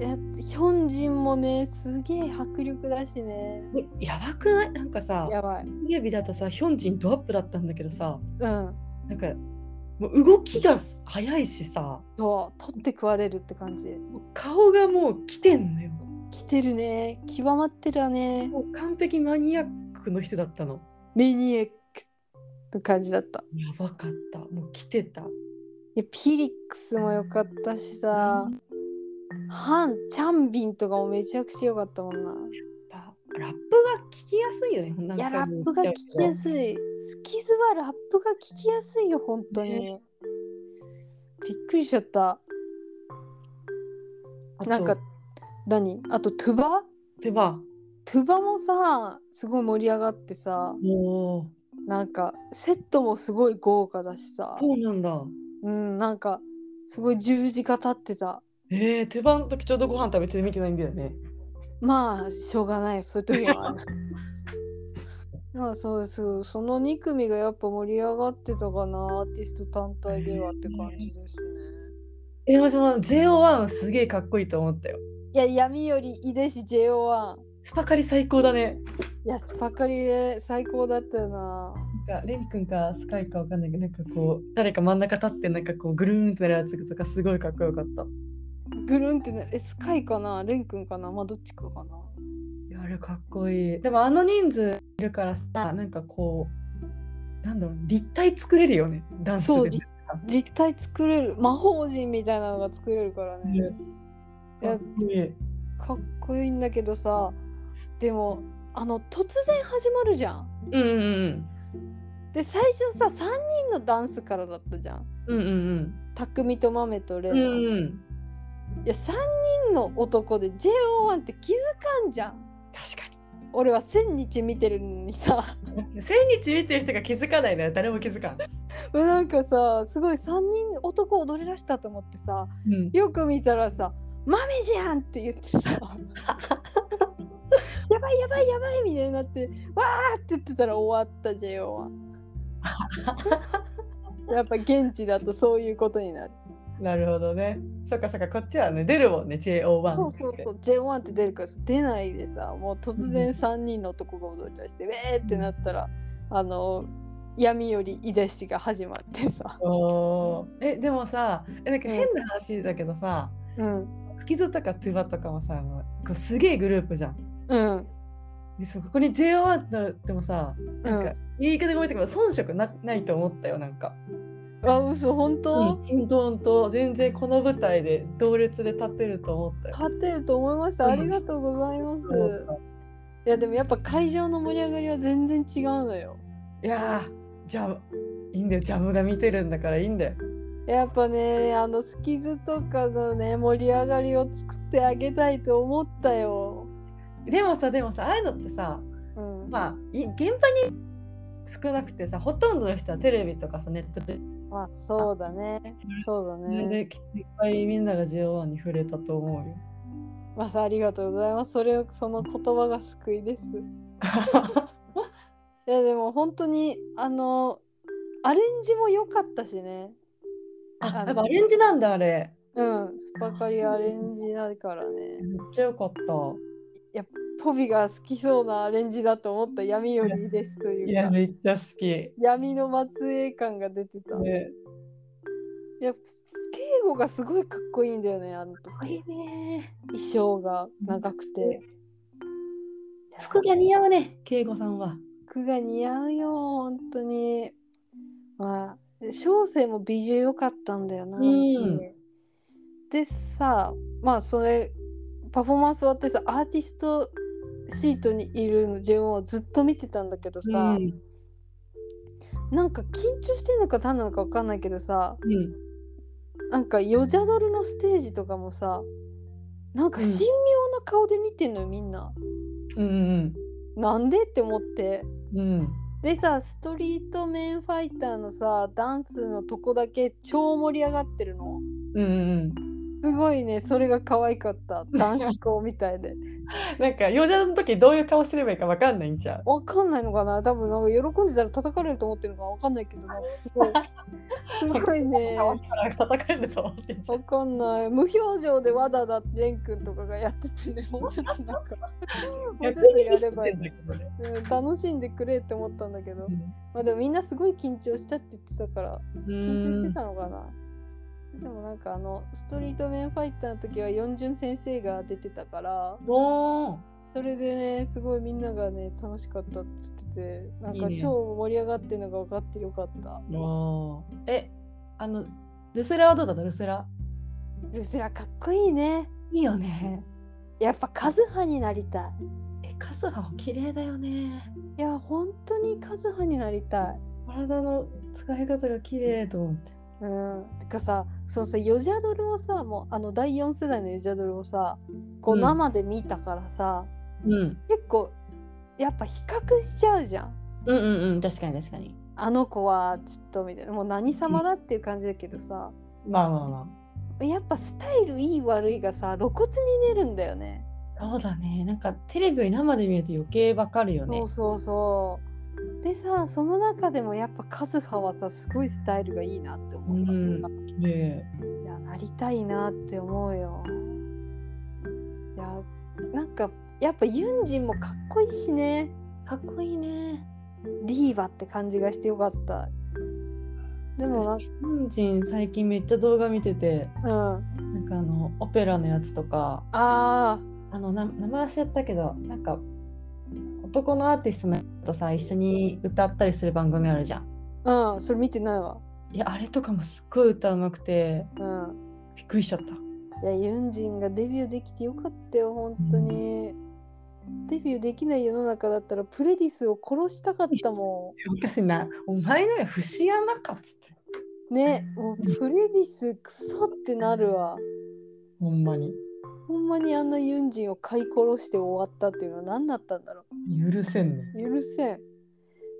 A: や、ヒョンジンもね、すげえ迫力だしね。
B: えやばくないなんかさ
A: やばい。
B: 水曜日だとさヒョンジンドアップだったんだけどさ
A: うん。
B: なんかもう動きが早いしさ
A: そう、取って食われるって感じ。
B: もう顔がもう来てんのよ
A: 来てるね。極まってるわね。
B: もう完璧マニアックの人だったの
A: メニエック。って感じだった。
B: やばかったもう来てた
A: いや、ピリックスも良かったしさ。ハン、チャンビンとかもめちゃくちゃ良かったもんな。
B: ララップが聞きやすいよねほんない
A: や、
B: ん
A: ラ
B: か
A: ッ
B: もう
A: プが聞きや
B: い
A: すい。スキズはラップが聞きやすいよ、本当に。びっくりしちゃった。なんか、何あと、トゥバ
B: 手羽
A: トゥバもさ、すごい盛り上がってさ。
B: も
A: なんかセットもすごい豪華だしさ
B: う、そうなんだ
A: うん、なんかすごい十字架立ってた
B: えー、手羽の時ちょうどご飯食べて見てないんだよね
A: まあしょうがないそういう時もある まあそうそうその2組がやっぱ盛り上がってたかなアーティスト単体ではって感じですね
B: え私も JO1 すげえかっこいいと思ったよ
A: いや闇よりいでし JO1
B: スパカリ最高だね
A: いやスパカリで最高だったよな
B: なんかレン君かスカイかわかんないけどなんかこう誰か真ん中立ってなんかこうぐるーんってなるやつとかすごいかっこよかった
A: ぐるんってなるえスカイかなレン君かなまあどっちかかない
B: やあれかっこいいでもあの人数いるからさなんかこうなんだろう立体作れるよねダンス
A: そう
B: で
A: 立立体作れる魔法陣みたいなのが作れるからね、い
B: か
A: や
B: っこいい
A: かっこいいんだけどさでもあの突然始まるじゃん
B: うんうんうん
A: で最初さ3人のダンスからだったじゃん
B: うんうん
A: 匠と豆とレ
B: う
A: ン
B: んう
A: ナ、
B: ん
A: い
B: うん
A: や3人の男で JO1 って気づかんじゃん
B: 確かに
A: 俺は1000日見てるのにさ
B: 千日見てる人が気づかないのよ誰も気づかん、
A: なんかさすごい3人男踊りだしたと思ってさ
B: うん、
A: よく見たらさ「豆じゃん!」って言って さ「やばいやばいやばい!」みたいになって「わー!」って言ってたら終わったじゃよは。 やっぱ現地だとそういうことになる。
B: なるほどねそっかそっかこっちはね出るもんね JO1
A: そうそうそう J1 って出るから出ないでさもう突然3人の男が踊り出して「ウェー!」ってなったらあの闇よりいでしが始まってさ。
B: おーえでもさえなんか変な話だけどさ、
A: うん
B: スキゾとかトゥバとかもさもうこうすげえグループじゃん。
A: うん
B: でそここに JO1 ってなってもさなん
A: う
B: か言い方が悪いけど遜色なないと思ったよなんか。
A: あ嘘本当、
B: うんとんと全然この舞台で同列で立てると思ったよ。
A: 勝てると思いました。
B: うん
A: ありがとうございます。
B: 思った
A: いやでもやっぱ会場の盛り上がりは全然違うのよ。
B: いやージャムいいんだよジャムが見てるんだからいいんだよ。
A: やっぱねあのスキズとかのね盛り上がりを作ってあげたいと思ったよ。
B: でもさでもさああいうのってさ
A: うん。
B: まあい現場に少なくてさほとんどの人はテレビとかさネットで
A: まあそうだね。そうだ
B: それ
A: ね。
B: できっといっぱいみんなが JO1 に触れたと思う よ。
A: まあありがとうございます。それをその言葉が救いです。いやでも本当にあのアレンジも良かったしね。
B: あ
A: あの
B: やっぱアレンジなんだあれ。
A: うん。スパカリアレンジないからね。
B: めっちゃよかった。
A: トビが好きそうなアレンジだと思った闇よりいいですというか
B: めっちゃ好き。ね、
A: 闇の末裔感が出てた。いや敬語がすごいかっこいいんだよねあの時
B: ね。
A: 衣装が長くて
B: 服が似合うね。慶吾さんは。
A: 服が似合うよ本当にまあ小生も美女良かったんだよな、
B: うん
A: でさまあそれパフォーマンス終わってさアーティストシートにいるの自分をずっと見てたんだけどさ、
B: うん。
A: なんか緊張してんのか何なのか分かんないけどさ
B: うん
A: なんかヨジャドルのステージとかもさなんか
B: うん
A: 神妙な顔で見てんのよみんな。
B: うん
A: なんでって思って。
B: うん。うん。
A: でさストリートメンファイターのさダンスのとこだけ超盛り上がってるの。
B: うん
A: す
B: うん、
A: ごいねそれが可愛か った男子校みたいで
B: なんか幼女の時どういう顔すればいいかわかんないんちゃう
A: わかんないのかな多分なんか喜んでたら叩かれると思ってるのかわかんないけどなんかす ごいすごいね
B: 顔したら叩かれると思ってんちゃ
A: わ
B: う
A: かんない無表情でわだだってレン君とかがやっててねもうちょっとなんかもうちょっとやればいい
B: 逆に知ってんだけど
A: う
B: ね
A: ん楽しんでくれって思ったんだけどまあでもみんなすごい緊張したって言ってたから緊張してたのかなでもなんかあのストリートメンファイターの時はヨンジュン先生が出てたから
B: も
A: それでねすごいみんながね楽しかったって言っててなん
B: いい
A: か
B: ね
A: 超盛り上がってるのが分かってよかった
B: うもうえあのルセラはどうだったルセラ
A: ルセラかっこいいね
B: いいよね
A: やっぱカズハになりたい
B: えカズハも綺麗だよね
A: いや本当にカズハになりたい。
B: 体の使い方が綺麗と思って
A: うん、てかさそのさヨジャドルをさもうあの第4世代のヨジャドルをさこ
B: う
A: うん生で見たからさ、
B: うん
A: 結構やっぱ比較しちゃうじゃん
B: うんうんうん確かに確かに
A: あの子はちょっとみたいなもう何様だっていう感じだけどさ
B: まあまあま
A: やっぱスタイルいい悪いがさ露骨に出るんだよね
B: あそうだねなんかテレビより生で見ると余計わかるよね
A: そうそうそうでさその中でもやっぱカズハはさすごいスタイルがいいなって思った、
B: ん綺麗
A: いやなりたいなって思うよいやなんかやっぱユンジンもかっこいいしね
B: かっこいいね
A: ディーバって感じがしてよかったでも
B: 私日本人最近めっちゃ動画見てて
A: なん
B: なんなんかあのオペラのやつとか
A: あ
B: あのな名前忘れちゃったけどなんか男のアーティストの人とさ一緒に歌ったりする番組あるじゃん。
A: あうんそれ見てないわ
B: いやあれとかもすっごい歌うまくて
A: うん
B: びっくりしちゃった。
A: いやユンジンがデビューできてよかったよ本当に、デビューできない世の中だったらプレディスを殺したかったも
B: 私なお前なら節穴かっつって
A: んねもうプレディスクソってなるわ
B: ほんまに
A: ほんまにあんなユンジンを飼い殺して終わったっていうのは何だったんだろう
B: 許せんねん。
A: 許せん。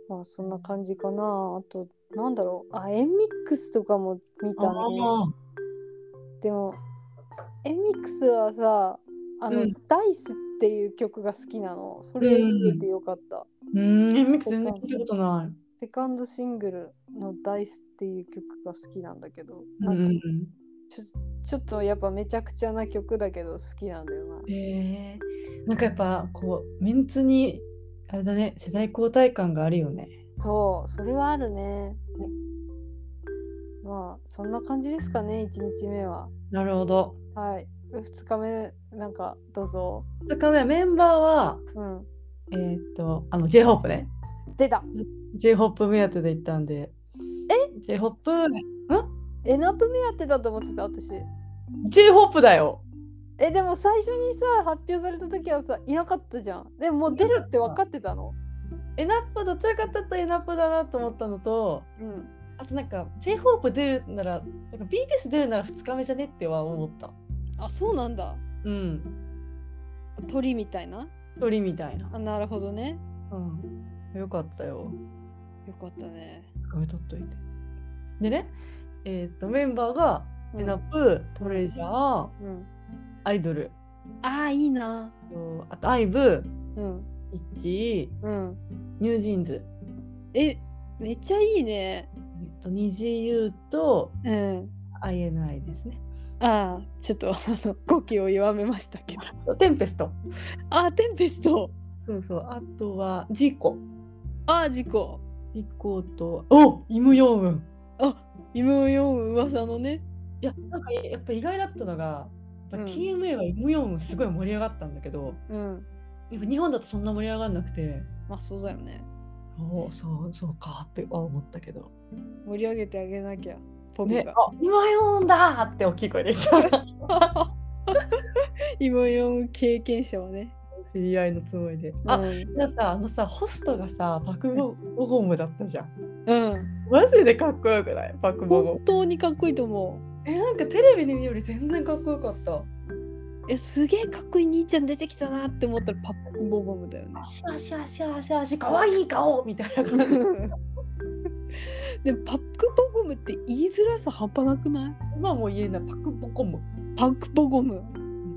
A: まあそんな感じかな。あとなんだろう。あエンミックスとかも見たね。でもエンミックスはさあの、
B: うん
A: ダイスっていう曲が好きなの。それ入れてよかった。
B: うん、エミックス全然聞いたことな
A: セカンドシングルのダイスっていう曲が好きなんだけど、
B: い。
A: なんか
B: ん、
A: ちょっとやっぱめちゃくちゃな曲だけど好きなんだよな。
B: えー、なんかやっぱこうメンツにあれだね世代交代感があるよね。
A: そう、それはあるね。まあそんな感じですかね。1日目は。
B: なるほど。
A: はい。二日目、なんか、どうぞ。
B: 2日目はメンバーは
A: うん。
B: えーっとあの J ホープね。
A: 出た
B: J ホープ目当てで行ったんで。え ?J ホープ
A: エナップ目当てだと思ってた、私。
B: J ホープだよ。
A: え、でも最初にさ、発表された時はさ、いなかったじゃん。でも、もう出るって分かってたの。
B: エナップどちらかというとエナップだなと思ったのと。
A: うん。
B: あとなんか J ホープ出るならなんか BTS 出るなら2日目じゃねっては思った。
A: あ、そうなんだ。
B: うん。
A: 鳥みたいな。
B: 鳥みたいな。
A: あ、なるほどね。
B: うん。よかったよ。
A: よかったね。
B: 埋めとっといて。でね、えっ、と、メンバーが、
A: うん
B: エナップ、トレジャー、
A: うん。
B: アイドル、
A: ああ、いいな。
B: とあとアイブ、
A: うん。
B: イッチ、
A: うん。
B: ニュージーンズ、
A: え、めっちゃいいね。
B: えっと、ニジユーと
A: うん。
B: INI ですね。
A: ああ、ちょっと、あの、語気を弱めましたけど。
B: とテンペスト。
A: あー、テンペスト。
B: そうそう。あとは、ジコ。
A: ああ、事故。
B: ジコと、おイムヨンウン。
A: イムヨンウン噂のね。
B: いや、なんかやっぱ意外だったのが、やっ
A: うん
B: ぱ TMA はイムヨンウンすごい盛り上がったんだけど、
A: うん。
B: やっぱ日本だとそんな盛り上がんなくて、
A: まあそうだよね。
B: おそうそうかって思ったけど。
A: 盛り上げてあげなきゃ。ポピ
B: ね
A: が、。
B: あ今読んだーって大きい声で言ってた
A: 今読む経験者はね。
B: 知り合いのつもりで。
A: う
B: あ、
A: ん。
B: じゃあさ、あのさ、ホストがさ、パクボゴムだったじゃん。
A: うん、
B: マジでかっこよくないパクボゴム
A: 本。当にかっこいいと思
B: え、なんかテレビで見るより全然かっこよかった。
A: う。え、すげえかっこいい兄ちゃん出てきたなって思ったらパックンボボムだよね。
B: 足足足足足かわいい顔みたいな感じ。
A: でもパックボゴムって言いづらさ半端なくない
B: 今もう言えない、パクボゴム。
A: パックボゴム。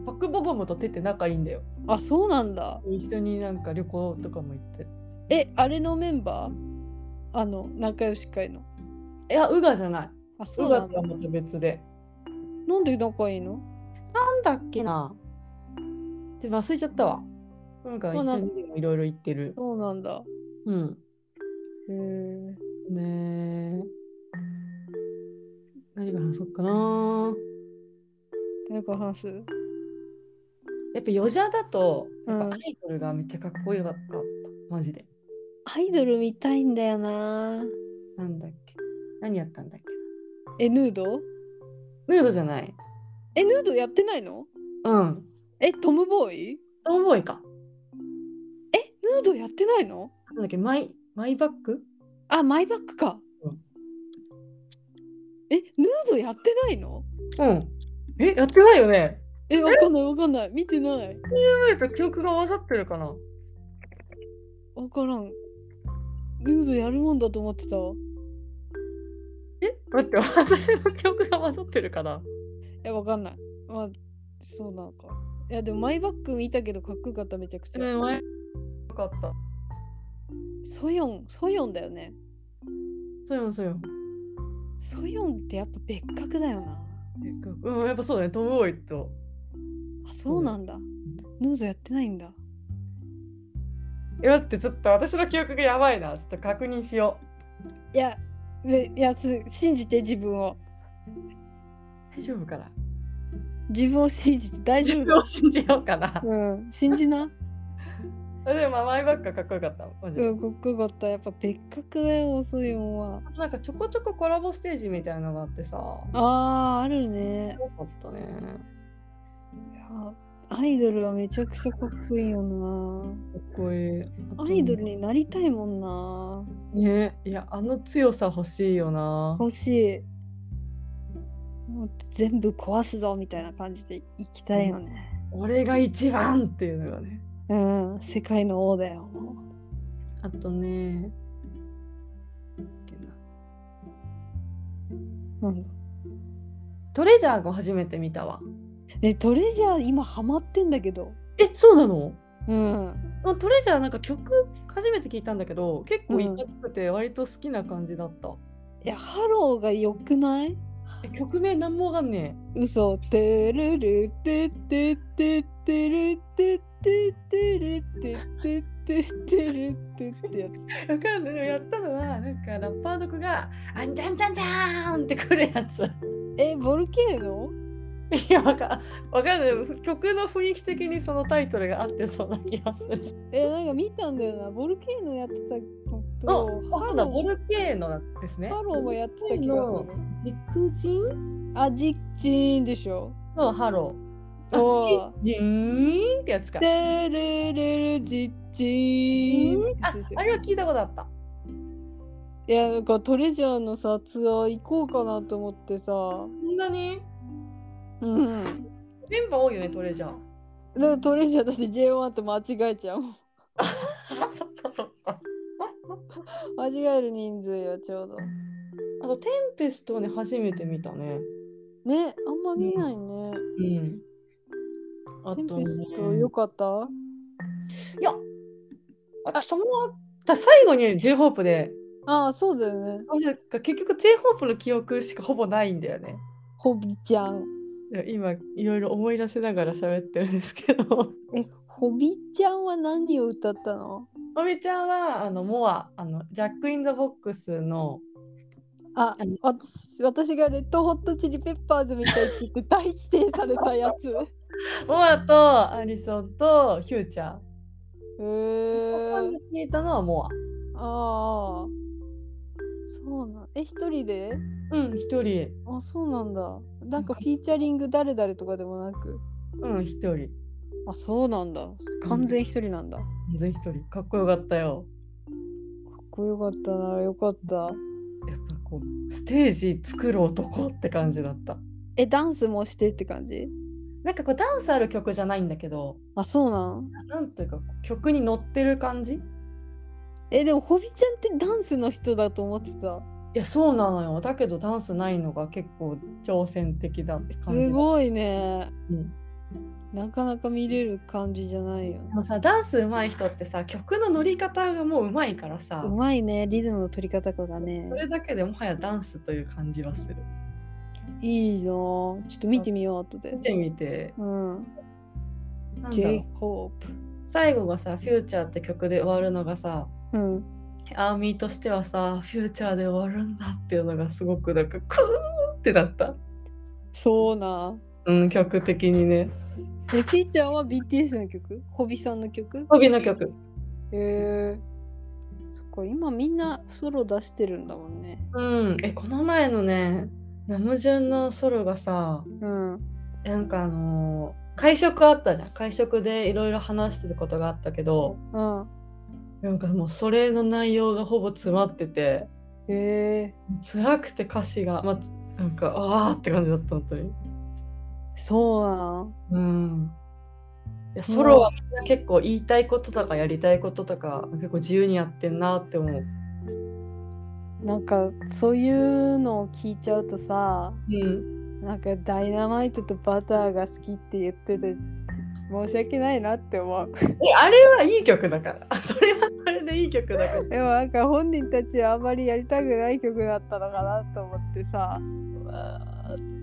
B: パクボゴムとテって仲いいんだよ。
A: あ、そうなんだ。
B: 一緒になんか旅行とかも行って。
A: え、あれのメンバーあの、仲良し会の。
B: いや、ウガじゃない。
A: あ、そう
B: ウ
A: な
B: ガ
A: ん
B: とは
A: だ。
B: また別で。
A: なんで仲いいの
B: なんだっけなで忘れちゃったわ。なんか一緒にいろいろ行ってる。
A: そうなんだ。
B: うん。
A: へえ。
B: ねえ。何から話そうかな
A: 何か話す
B: やっぱ余者だと、やっ
A: う
B: ぱ
A: ん
B: アイドルがめっちゃかっこよかった。マジで。
A: アイドル見たいんだよな。
B: なんだっけ何やったんだっ
A: え、ヌード
B: けヌードじゃない。
A: え、ヌードやってないの
B: うん。
A: え、トムボーイ
B: トムボーイか。
A: え、ヌードやってないの
B: なんだっけマイ、マイバッグ
A: あ、マイバックか。
B: うん
A: え、ヌードやってないの
B: うん。え、やってないよね。
A: え、わかんないわかんない。見てない。
B: なんか記憶が混ざってるかな。
A: わからん。ヌードやるもんだと思ってたわ。
B: え、待って、私の記憶が混ざってるかな。
A: え、わかんない。まあ、そうなのか。いや、でもマイバック見たけどかっこよかった、めちゃくちゃ。
B: うん、前。よかった。
A: ソヨン、ソヨンだよね。
B: そうよ、そうよ。
A: ソヨンってやっぱ別格だよな。
B: うん、やっぱそうだね、トム・ボーイと。
A: あ、そうなんだ。ヌードやってないんだ。
B: え、待って、ちょっと私の記憶がやばいな。ちょっと確認しよ
A: いや、めいや、つ信じて自分を。
B: う。大丈夫かな
A: 自分を信じて大丈
B: 自
A: 夫
B: 分
A: だ
B: を信じようかな。
A: うん、信じな。
B: でも、まあマイバッグはかっこよかった。マジで
A: うん、かっこよかった。やっぱ別格だよ、そういうもんは。
B: あとなんかちょこちょこコラボステージみたいなのがあってさ。
A: あー、あるね。
B: よかったね。
A: いやアイドルはめちゃくちゃかっこいいよな。
B: かっこいい。
A: アイドルになりたいもんな。
B: ねいや、あの強さ欲しいよな。
A: 欲しい。もう全部壊すぞみたいな感じで行きたいよね。
B: 俺が一番っていうのがね。
A: うん、世界の王だよ。
B: あとね。なんだっけな
A: うん、
B: トレジャーを初めて見たわ。
A: ね、トレジャー今ハマってんだけど。
B: え、そうなの
A: うん。
B: まあトレジャーなんか曲初めて聞いたんだけど結構いかつくて割と好きな感じだった、
A: いや、ハローが良くない
B: え曲名なんもわかんね
A: 嘘てるるててててるてててるててててるてってやつ。
B: えわかんないでもやったのはなんかラッパーの子が「あんちゃんちゃんちゃーん!」ってくるやつ
A: え、ボルケーノ
B: いやわかわかんないでも曲の雰囲気的にそのタイトルが合ってそうな気がする
A: え、なんか見たんだよな。ボルケーノやってたの
B: あ
A: と、ハ
B: そうだボ
A: ロ
B: ルケーノですね
A: ーハローもやってた気がする。
B: 軸人
A: あ、ジッチーンでしょ。
B: のハロー
A: お
B: あ
A: ー
B: ジジーンってやつか
A: てるるるジッチーン
B: あ
A: ですよ
B: あれは聞いたことあった
A: いや、なんかトレジャーのさ、ツアー行こうかなと思ってさ。
B: そんなに
A: うん。
B: メンバー多いよねトレジャー
A: だからトレジャーだって J1 と間違えちゃうもん。
B: あそっかそっか
A: 間違える人数よちょうど
B: あと、テンペストをね、初めて見たね。
A: ねあんま見ないね、
B: うん。あ
A: テン
B: と、
A: ペ
B: ね、
A: ストよかった
B: いや、私、友達、最後に j ホープで、
A: ああそうだよね
B: 私なんか結局 j ホープの記憶しかほぼないんだよね。
A: ホビちゃん
B: で今、いろいろ思い出しながら喋ってるんですけ ど、
A: えホビちゃんは何を歌ったの
B: まみちゃんは、あの、モア、あの、ジャック・イン・ザ・ボックスの、
A: あ
B: あの
A: わ私がレッドホットチリペッパーズみたいって言って大否定されたや つへ
B: モアとアリソンとフューチャー。
A: え
B: ー、聞いたのはモ
A: あ
B: ア。
A: あそうなんえ一人で
B: うん、一人。
A: あそうなんだなんかフィーチャリング誰々とかでもなく
B: うん、一人。
A: あそうなんだ完全一人なんだ、
B: 全然一人。かっこよかったよ。
A: かっこよかったなよかった
B: やっぱこうステージ作る男って感じだった
A: えダンスもしてって感じ
B: なんかこうダンスある曲じゃないんだけど
A: あそうなん
B: ななんていうかこう曲に乗ってる感じい
A: えでもホビちゃんってダンスの人だと思ってた
B: やそうなのよだけどダンスないのが結構挑戦的だって感じ
A: すごいね、
B: うん
A: なかなか見れる感じじゃないよ
B: でもさダンス上手い人ってさ曲の乗り方がもう上手いからさ
A: うまいねリズムの取り方がね
B: それだけでもはやダンスという感じはする
A: いいなあちょっと見てみよう後で
B: 見てみて
A: うん
B: なんだろう
A: J-HOPE
B: 最後がさ「フューチャーって曲で終わるのがさ
A: うん
B: アーミーとしてはさフューチャーで終わるんだっていうのがすごくなんかクーってなった
A: そうな
B: うん、曲的にね。
A: えピーちゃんは BTS の曲ホビさんの曲
B: ホビの曲。
A: へえそっか今みんなソロ出してるんだもんね
B: うん。え、この前のね、ナムジュンのソロがさ、
A: うん
B: なんかあのー会食あったじゃん。会食でいろいろ話してたことがあったけど、
A: うん
B: なんかもうそれの内容がほぼ詰まってて、
A: へえ
B: 辛くて歌詞が、まあ、つなんか、あーって感じだった、本当に。
A: そうなん
B: うん。いやソロはみんな結構言いたいこととかやりたいこととか結構自由にやってんなって思う。
A: なんかそういうのを聞いちゃうとさ
B: うん。
A: なんかダイナマイトとバターが好きって言ってて申し訳ないなって思う
B: え、あれはいい曲だから。 それはそれでいい曲だから。
A: でもなんか本人たちはあんまりやりたくない曲だったのかなと思ってさ
B: まあ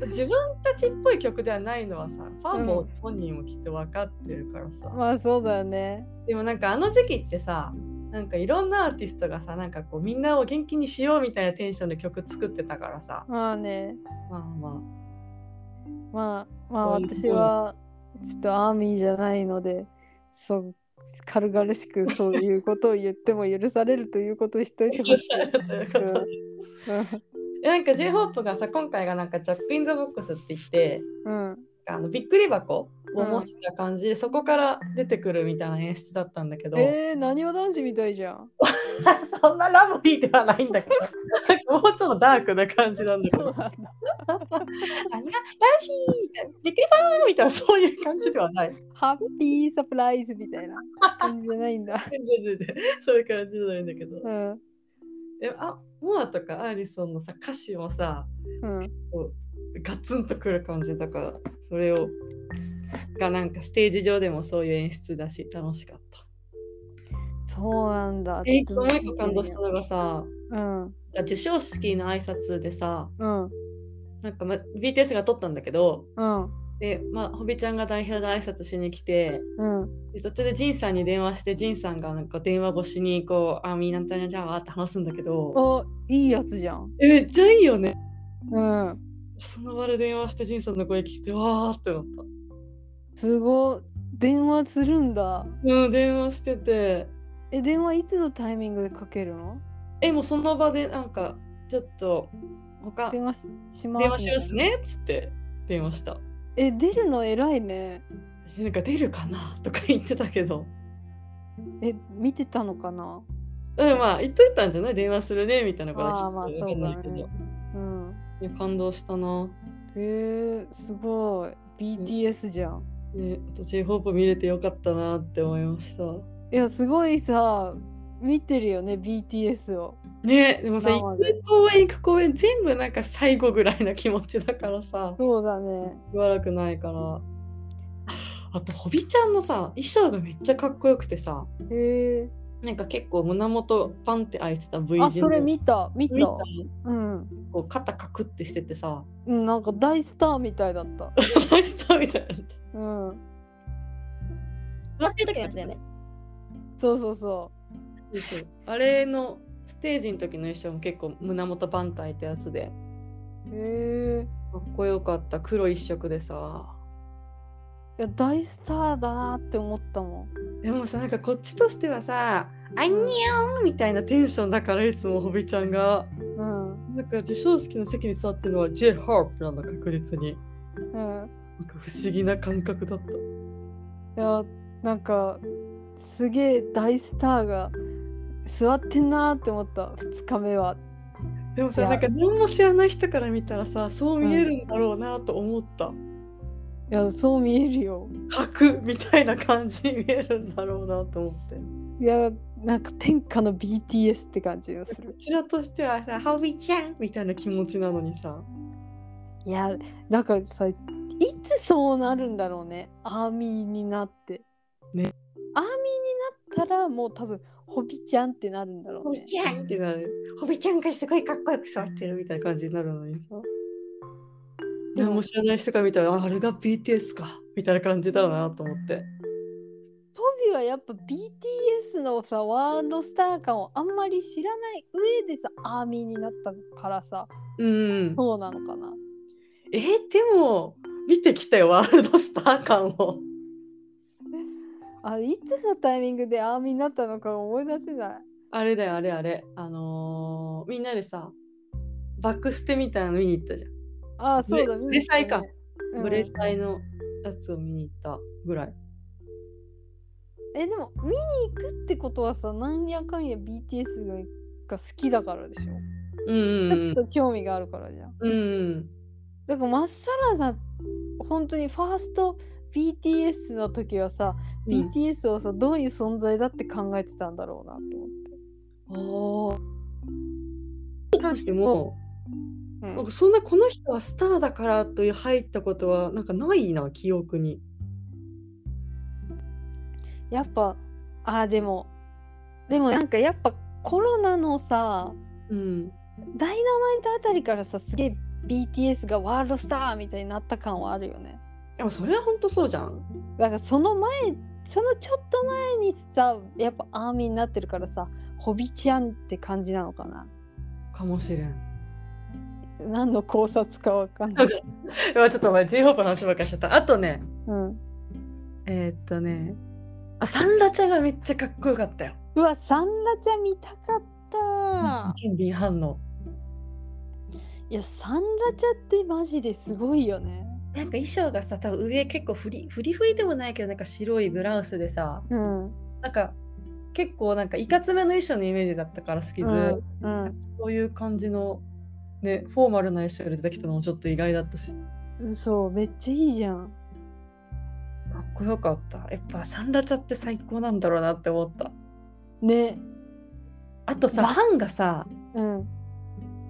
B: 自分たちっぽい曲ではないのはさファン
A: う
B: も
A: ん
B: 本人もきっと分かってるからさ、
A: まあそうだよね
B: でもなんかあの時期ってさなんかいろんなアーティストがさなんかこうみんなを元気にしようみたいなテンションで曲作ってたからさ
A: まあね
B: まあま
A: まあまあ
B: そういうことです
A: 私はちょっとアーミーじゃないのでそう軽々しくそういうことを言っても許されるということをしといてほしい。う
B: えなんか J−HOPE がさ今回がなんかジャック・イン・ザ・ボックスって言って
A: んうん
B: あのびっくり箱を模した感じで、そこから出てくるみたいな演出だったん だけど、
A: えー、なにわ男子みたいじゃん。
B: そんなラブリーでは ないんだけどもうちょっとダークな感じなんだけど
A: なんだ。
B: 「何が楽しい!」びっくりパーみたいなそういう感じではない
A: ハッピーサプライズみたいな感じじゃないんだ。
B: 全然全然そういう感じじゃないんだけど、
A: うん。
B: でもあモアとかアーリソンのさ歌詞もさ
A: うん。
B: ガツンとくる感じだからそれをがなんかステージ上でもそういう演出だし楽しかった。
A: そうなんだ。
B: え
A: ち
B: 一個
A: ょっ
B: もう
A: と
B: 一個感動したのがさ
A: うん。
B: 授賞式の挨拶でさ
A: うん。
B: なんか、ま、BTS が撮ったんだけど
A: うん。
B: で、まあ、ホビちゃんが代表で挨拶しに来て
A: うん。
B: で途中でジンさんに電話してジンさんがなんか電話越しにこう「あみんなんたらじゃあ」って話すんだけど
A: お、いいやつじゃん。
B: えめっちゃいいよね
A: うん。
B: その場で電話してジンさんの声聞いてわーってなった
A: すごい。電話するんだ。
B: うん電話してて
A: え、電話いつのタイミングでかけるの
B: えもうその場でなんかちょっと他電
A: 電話しします
B: 話します。ねっつって電話した
A: え、出るの偉いね。
B: なんか出るかなとか言ってたけど
A: え、見てたのかな
B: うんまあ言っといたんじゃない電話するねみたいなこと
A: ああ、まあ
B: きっ
A: そ
B: と
A: う
B: わかんな
A: だ
B: いけど
A: ね。うん。
B: いや感動したな、
A: えー、すごい。BTS じゃん。
B: ね、あと J−HOPE 見れてよかったなって思いました
A: いや、すごいさ、見てるよね、BTS を。
B: ねでもさ行
A: 生で
B: く公演行く公演全部なんか最後ぐらいな気持ちだからさ
A: そうだね。
B: しばらくないからあとホビちゃんのさ衣装がめっちゃかっこよくてさ
A: へえ
B: なんか結構胸元パンって開いてた V 字の
A: あ、それ見た、見た。
B: 見た
A: うん。
B: こう肩カクってしててさ
A: うんなんか大スターみたいだった。
B: ナイスターみたいな
A: うん。
B: 座ってる時のやつだよね
A: そうそうそ
B: あれのステージの時の衣装も結構胸元パンって開いたやつで
A: う。へえい
B: かっこよかった黒一色でさ
A: や、大スターだなって思ったもん。
B: でもさなんかこっちとしてはさ「あんにょん!」みたいなテンションだからいつもホビちゃんが
A: うん。
B: なんか授賞式の席に座ってるのは J−HOPE なんだ確実に
A: うん。
B: なんか不思議な感覚だった
A: いや、なんか。すげえ大スターが。座ってんなーって思った2日目は
B: でも
A: い
B: さ
A: や
B: なんか何も知らない人から見たらさそう見えるんだろうなと思った
A: いやそう見えるよ
B: 角みたいな感じに見えるんだろうなと思って
A: いやなんか天下の BTS って感じがする
B: こちらとしてはさ「ハビちゃん!」みたいな気持ちなのにさ
A: いやだからさいつそうなるんだろうねアーミーになってアーミー
B: ね
A: になったらもう多分ホビちゃんってなるんだろうね
B: ちゃん!」ってなるホビちゃんがすごいかっこよく座ってるみたいな感じになるのにさ
A: でも
B: 何も知らない人から見たら「ああれが BTS か」みたいな感じだなと思って
A: ホビはやっぱ BTS のさワールドスター感をあんまり知らない上でさアーミーになったからさ
B: うん
A: そうなのかな
B: えーでも見てきたよワールドスター感を
A: あれいつのタイミングでアーミーになったのか思い出せない
B: あれだよあれあれあのーみんなでさバックステみたいなの見に行ったじゃん、
A: ああそうだ
B: ブレスイか
A: うん
B: ブレスタイのやつを見に行ったぐらい
A: えでも見に行くってことはさなんやかんや BTS がが好きだからでしょ
B: うんうん
A: ちょっ
B: うん
A: と興味があるからじゃん。
B: うんうん
A: だからまっさらな本当にファースト BTS の時はさ、
B: うん
A: BTS をさどういう存在だって考えてたんだろうなと思
B: ああ。に 関しても、な
A: っ
B: ん
A: て。
B: かそんなこの人はスターだからという入ったことはなんかないな記憶に。
A: やっぱあーでもでもなんかやっぱコロナのさ
B: うん。
A: ダイナマイトあたりからさすげえ BTS がワールドスターみたいになった感はあるよね。
B: でもそれは本当そうじゃん。
A: だからその前そのちょっと前にさやっぱアーミーになってるからさホビちゃんって感じなのかな。
B: かもしれん。
A: 何の考察かわかんないけど。
B: うわちょっとお前 j ホープの話ばっかりしちゃったあとね
A: うん、
B: えーっとねあサンラチャがめっちゃかっこよかったよ
A: うわサンラチャ見たかった。
B: 準備反応
A: いやサンラチャってマジですごいよね。
B: なんか衣装がさ多分上結構フリフリフリでもないけどなんか白いブラウスでさ
A: うん。
B: なんか結構なんかいかつめの衣装のイメージだったから好きで、
A: うんう
B: なん
A: ん
B: かそういう感じのねフォーマルな衣装で出てきたのもちょっと意外だったしか
A: 嘘めっちゃいいじゃん。
B: っこよかったやっぱサンラチャって最高なんだろうなって思った
A: ね。
B: あとさ
A: わ
B: ファンがさ
A: うん。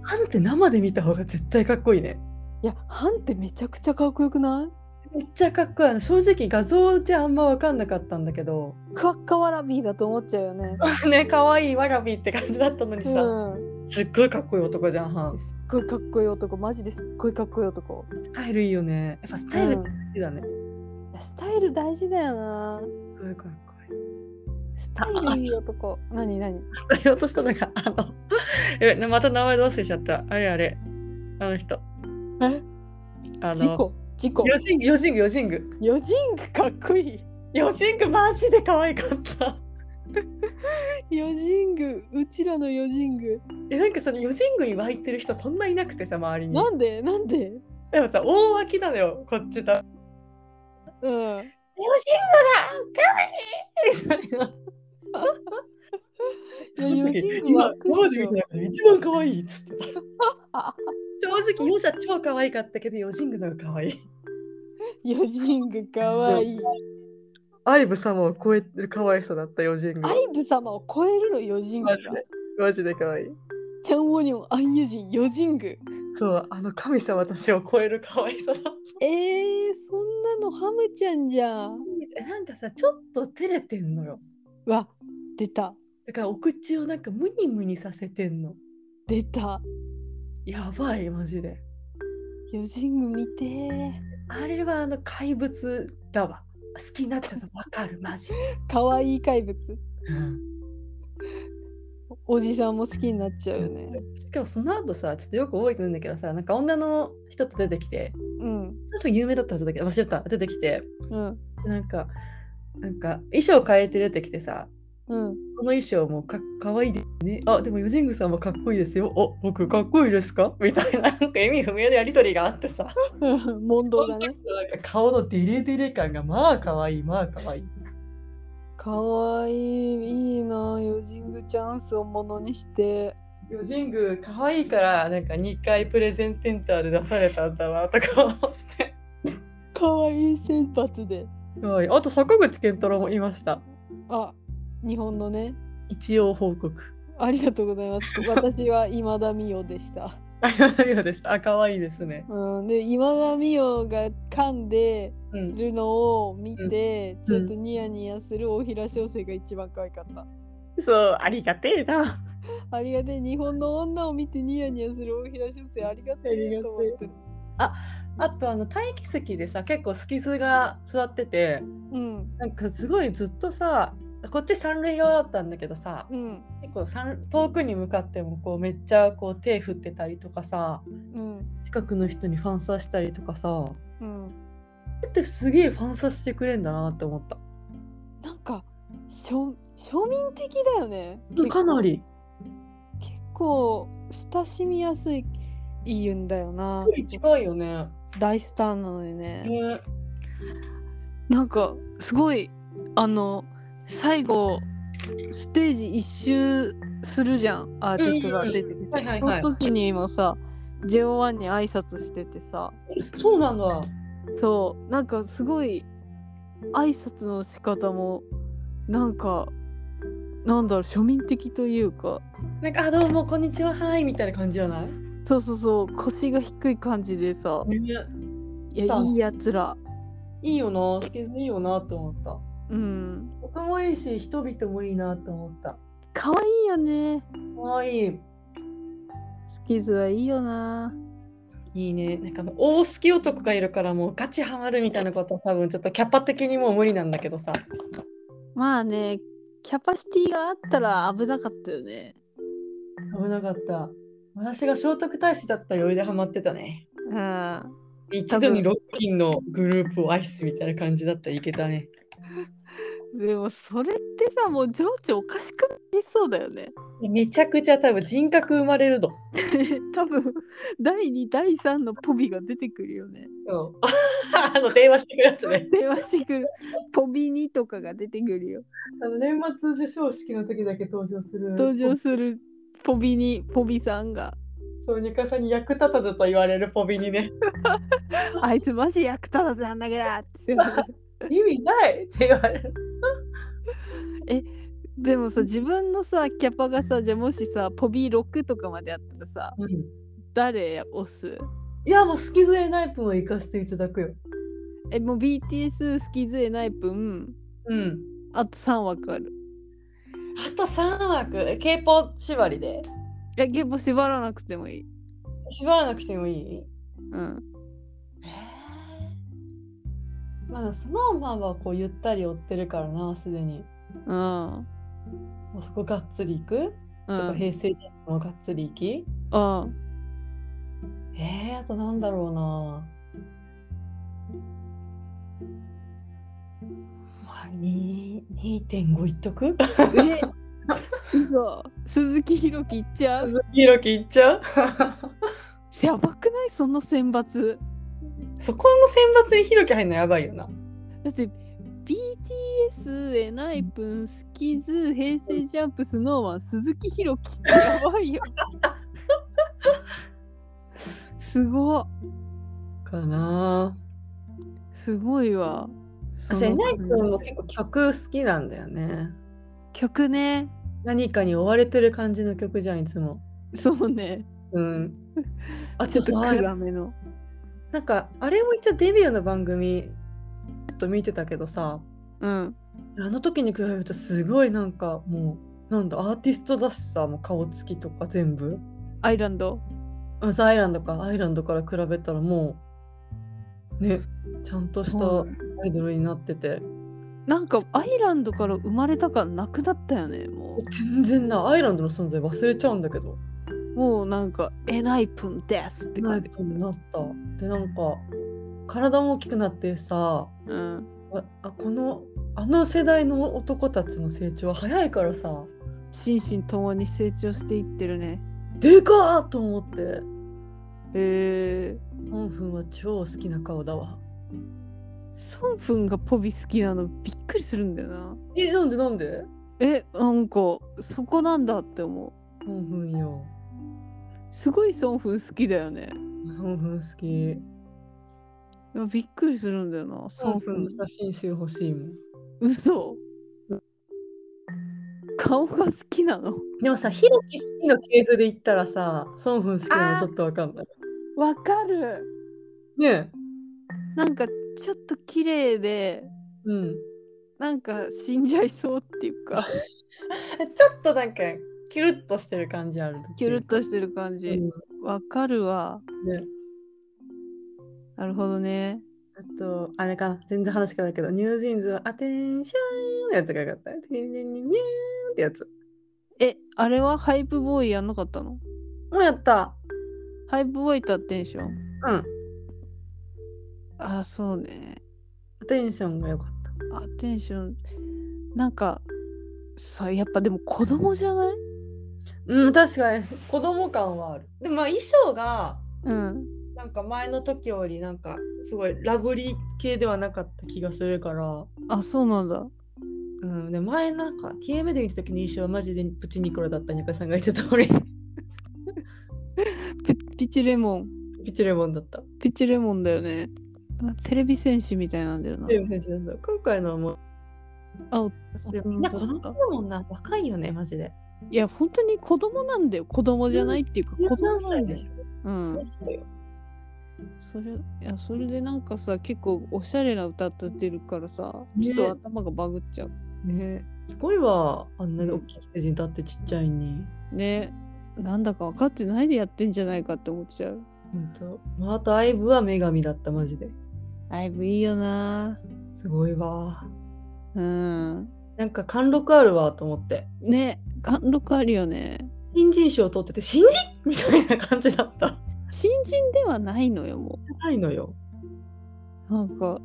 B: ファンって生で見た方が絶対かっこいいね
A: いやハンってめちゃくちゃかっこよくない？
B: めっちゃかっこいいあの正直画像じゃあんま分かんなかったんだけど
A: クワッカワラビーだと思っちゃうよね。
B: ね可愛いわらびって感じだったのにさ、
A: うん。
B: すっごいかっこいい男じゃんファン
A: すっごいかっこいい男マジですっごいかっこいい男。
B: スタイルいいよねやっぱスタイルって好きだね、
A: いやスタイル大事だよな。
B: すごいかっこいい
A: スタイルいい男。何何？
B: 言おうとしたのが、あの、 え、また名前どうせしちゃった。あれあれ、あの人。
A: え
B: あ
A: 事
B: の、
A: 故事故。
B: ヨシング、ヨシング、ヨシング。
A: ヨジングかっこいい。
B: ヨシング、マジで可愛かった。
A: ヨジングうちらのヨジング。
B: え、なんかそのヨシングに湧いてる人そんないなくてさ、周りに。
A: なんでなんで？
B: でもさ、大脇なのよ、こっちだ。
A: うん。
B: ヨシングだ可愛いみたいな。そ
A: いや
B: の
A: ヨ
B: 時
A: ジング
B: 今
A: 湧、く
B: 当
A: で
B: 時
A: し
B: み
A: ょ
B: たいなの一番可愛いっつ ってた。正直、ヨシャ超可愛かったけど、ヨシングの方が可愛い。
A: ヨジングかわいい。
B: アイブ様を超える可愛さだった、ヨジング
A: アイブ様を超えるのヨジングが
B: マジ。でマジで可愛い
A: チャンウォニョンアンユジンヨジング。
B: そうあの神様たちを超える可愛さだ
A: えー、そんなのハムちゃんじゃん。
B: なんかさちょっと照れてんのよ
A: わ出た
B: だからお口をなんかムニムニさせてんの
A: 出た
B: やばいマジで
A: ヨジング見てー
B: あれはあの怪物だわ好きになっちゃうのわかるマジで、
A: 可愛い怪物
B: うん
A: おじさんも好きになっちゃうよね。
B: しかもその後さちょっとよく覚えてないんだけどさなんか女の人と出てきて
A: うん
B: その人有名だったはずだけど忘れちゃった出てきて
A: うん
B: なんかなんか衣装変えて出てきてさ
A: うん。
B: この衣装もかかわいいですね。あでもヨジングさんもかっこいいですよ。お僕かっこいいですかみたいななんか意味不明のやりとりがあってさ。
A: 問答がね。
B: なんか顔のデレデレ感がまあかわいいまあかわいい。
A: かわいいいいなヨジングチャンスをものにして
B: ヨジングかわいいからなんか2回プレゼンテンターで出されたんだなとか思って。
A: かわいい先発で
B: かわいいあと坂口健太郎もいました。
A: あ日本のね
B: 一応報告。
A: ありがとうござい ます私は今田美桜でした、
B: ありがとうございました。あかわいいですね。
A: うん、で今田美桜が噛んで
B: うん。
A: るのを見て、
B: うん
A: ちょっとニヤニヤする大平小生が一番可愛かった
B: そうありがてえな。
A: ありがてえ日本の女を見てニヤニヤする大平小生ありがてえと思って
B: あとあの待機席でさ結構スキズが座ってて。
A: うん
B: なんかすごいずっとさこっち三塁側だったんだけどさ
A: うん
B: 結構三遠くに向かってもこうめっちゃこう手振ってたりとかさ
A: うん
B: 近くの人にファンサしたりとかさ
A: うん
B: だってすげえファンサしてくれんだなって思った
A: なんか庶庶民的だよね
B: かなり
A: 結構親しみやすいいうんだよな
B: 近いよね
A: 大スターなのでね
B: ね
A: なんかすごいあの最後ステージ一周するじゃんアーティストが出てき
B: うんうんうんはいは
A: て
B: い
A: そ
B: はい
A: の時にもさ JO1 に挨拶しててさ
B: そうなんだ
A: そうなんかすごい挨拶の仕方もなんかなんだろう庶民的というか
B: なんか「あどうもこんにちははい」みたいな感じじゃない
A: そうそうそう腰が低い感じでさ
B: ね
A: いや
B: そう
A: いいやつら
B: いいよなスケズいいよなって思った
A: うん
B: 僕もいいし人々もいいなって思った
A: 可愛いよね
B: かわいい
A: スキズはいいよない
B: いね。なんかもう大好き男がいるからもうガチハマるみたいなことは多分ちょっとキャパ的にもう無理なんだけどさ。
A: まあねキャパシティがあったら危なかったよね
B: 危なかった。私が聖徳太子だったら余裕でハマってたね。
A: あ
B: 一度に6人のグループを愛すみたいな感じだったらいけたね。
A: ーでもそれってさもう情緒おかしくなりそうだよね
B: めちゃくちゃ多分人格生まれるの。
A: 多分第2第3のポビが出てくるよね
B: そう あの電話してくるやつね。
A: 電話してくるポビ2とかが出てくるよ
B: あの年末授賞式の時だけ登場する。
A: 登場するポビ2ポビさんが
B: そう、ニカさんに役立たずと言われるポビに ね。
A: 「あいつマジ役立たずなんだけど」って
B: 意味ないって言われる。
A: でもさ自分のさキャパがさじゃあもしさポビ6とかまであったらさ誰押す
B: いや、もうスキズエナイプを生かしていただくよ。
A: えもう BTS 好きずえない分
B: うん。
A: あと3枠ある
B: あと3枠、K-POP 縛りで。
A: いや結構縛らなくてもいい
B: 縛らなくてもいい
A: うん
B: まだスノーマンはこうゆったり追ってるからな、すでに。
A: うん
B: もうそこがっつり行く、
A: う
B: とか
A: ん
B: 平成時代もがっつり行き。
A: あ
B: えー、あとなんだろうな。まあ、に2.5いっと く
A: え嘘鈴木ひろきいっちゃう
B: 鈴木ひろきいっちゃう
A: やばくないその選抜
B: そこの選抜にひろき入るのやばいよな。
A: だって BTS えない分スキズ平成ジャンプスノーマン鈴木ひろきってやばいよすごっ
B: かな
A: すごいわそ
B: あ。
A: の
B: じゃあ、えないくんも結構曲好きなんだよね。
A: 曲ね
B: 何かに追われてる感じの曲じゃん、いつも。
A: そうね
B: うん。あ
A: ち
B: と
A: ょっと
B: さ、
A: 暗めの
B: なんか、あれも一応デビューの番組、ちょっと見てたけどさ、
A: うん
B: あの時に比べるとすごいなんかもう、なんだ、アーティストだしさ、もう顔つきとか全部。
A: アイランド
B: あザ・アイランドか、アイランドから比べたらもう、ね、ちゃんとした
A: う
B: アイドルになってて、
A: なんかアイランドから生まれた感なくなったよねも
B: 全然な、アイランドの存在忘れちゃうんだけど。
A: うもうなんか「えないぷんです」って
B: な
A: 感
B: ん
A: じ
B: かなった。で、なんか、体も大きくなってさ、
A: うん
B: ああこのあの世代の男たちの成長は早いからさ
A: 心身ともに成長していってるね
B: でかーと思って
A: へえ
B: 本ンは超好きな顔だわ
A: ソンフンがポビ好きなのびっくりするんだよな
B: えなんでなんで
A: えなんかそこなんだって思う
B: 本ンよ
A: すごいソンフン好きだよね
B: 本ン好き
A: いやびっくりするんだよなソ
B: 本
A: ン
B: ン
A: フン
B: の写真集欲しいもん
A: 嘘顔が好きなの
B: でもさヒロキ好きの系譜で言ったらさソンフン好きなのちょっとわかんない
A: わかる
B: ねえ
A: なんかちょっと綺麗で
B: うん
A: なんか死んじゃいそうっていう か
B: ちょっとなんかキュルッとしてる感じある
A: キュルッとしてる感じわ、かるわ
B: うんね
A: なるほどね
B: あと、あれか、全然話変わるけど、ニュージーンズはアテンションのやつがよかった。ティリリリリニューンってやつ。
A: えあれはハイプボーイやんなかったの
B: もうやった。
A: ハイプボーイとアテンション
B: うん。
A: あそうね
B: アテンションがよかった。
A: アテンションなんかさやっぱでも子供じゃない
B: うん、確かに、子供感はある。でも、まあ、衣装が、
A: うん
B: なんか前の時より、なんか、すごいラブリー系ではなかった気がするから、
A: あそうなんだ
B: うん、で前なんか、TM で見た時の衣装はマジでプチニコラだった、ニカさんが言ってた 通り、
A: ピピチレモン
B: ピチレモンだった。
A: ピチレモンだよねあテレビ戦士みたいなんだよな
B: ピチレモン選手だった。今回のはもう、
A: あお
B: でもみんな子供だもんな、若いよね、マジで。
A: いや本当に子供なんだよ子供じゃないっていうか子供なんだよ
B: ょ。
A: うん
B: そうよ。
A: それいやそれでなんかさ結構おしゃれな歌歌ってるからさ
B: ね
A: ちょっと頭がバグっちゃう
B: ねすごいわあんなに大きいステージに立ってちっちゃいに。
A: ねなんだか分かってないでやってんじゃないかって思っちゃう
B: ほんと。まあ、あとアイブは女神だったマジで。
A: ライブいいよな
B: すごいわ。
A: うん
B: なんか貫禄あるわと思って。
A: ね貫禄あるよね
B: 新人賞を取ってて、新人みたいな感じだった。
A: 新人ではないのよも
B: ないのよ。
A: うなんか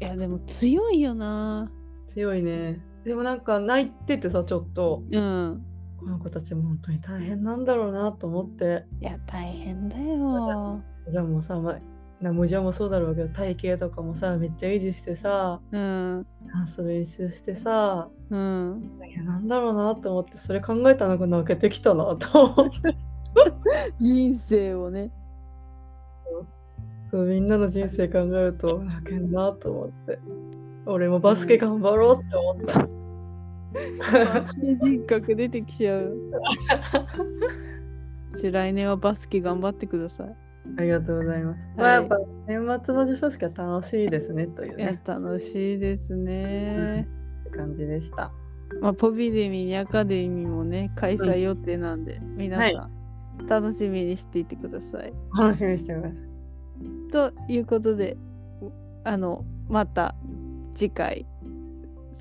A: いやでも強いよな
B: 強いね。でもなんか泣いててさ、ちょっと、
A: うん
B: この子たちも本当に大変なんだろうなと思って。
A: いや大変だよ
B: じゃあもうさ、まあ、なもじゃもそうだろうけど、体型とかもさ、めっちゃ維持してさ、
A: うん
B: ダンス練習してさ、
A: うん
B: いや、なんだろうなと思って、それ考えたのが泣けてきたなと 思って。
A: 人生をね
B: そうみんなの人生考えると泣けんなと思って俺もバスケ頑張ろうって思った
A: バスケ人格出てきちゃうじゃあ来年はバスケ頑張ってください
B: ありがとうございます、まあやっぱ年末の授賞式は楽しいですねという
A: いや
B: ね
A: 楽しいですね、
B: 感じでした
A: まあ、ポビデミニアカデミーもね開催予定なんで、皆さん、
B: は
A: 楽しみにしていてください
B: 楽しみにしてください
A: ということであのまた次回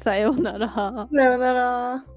A: さようなら。
B: さようなら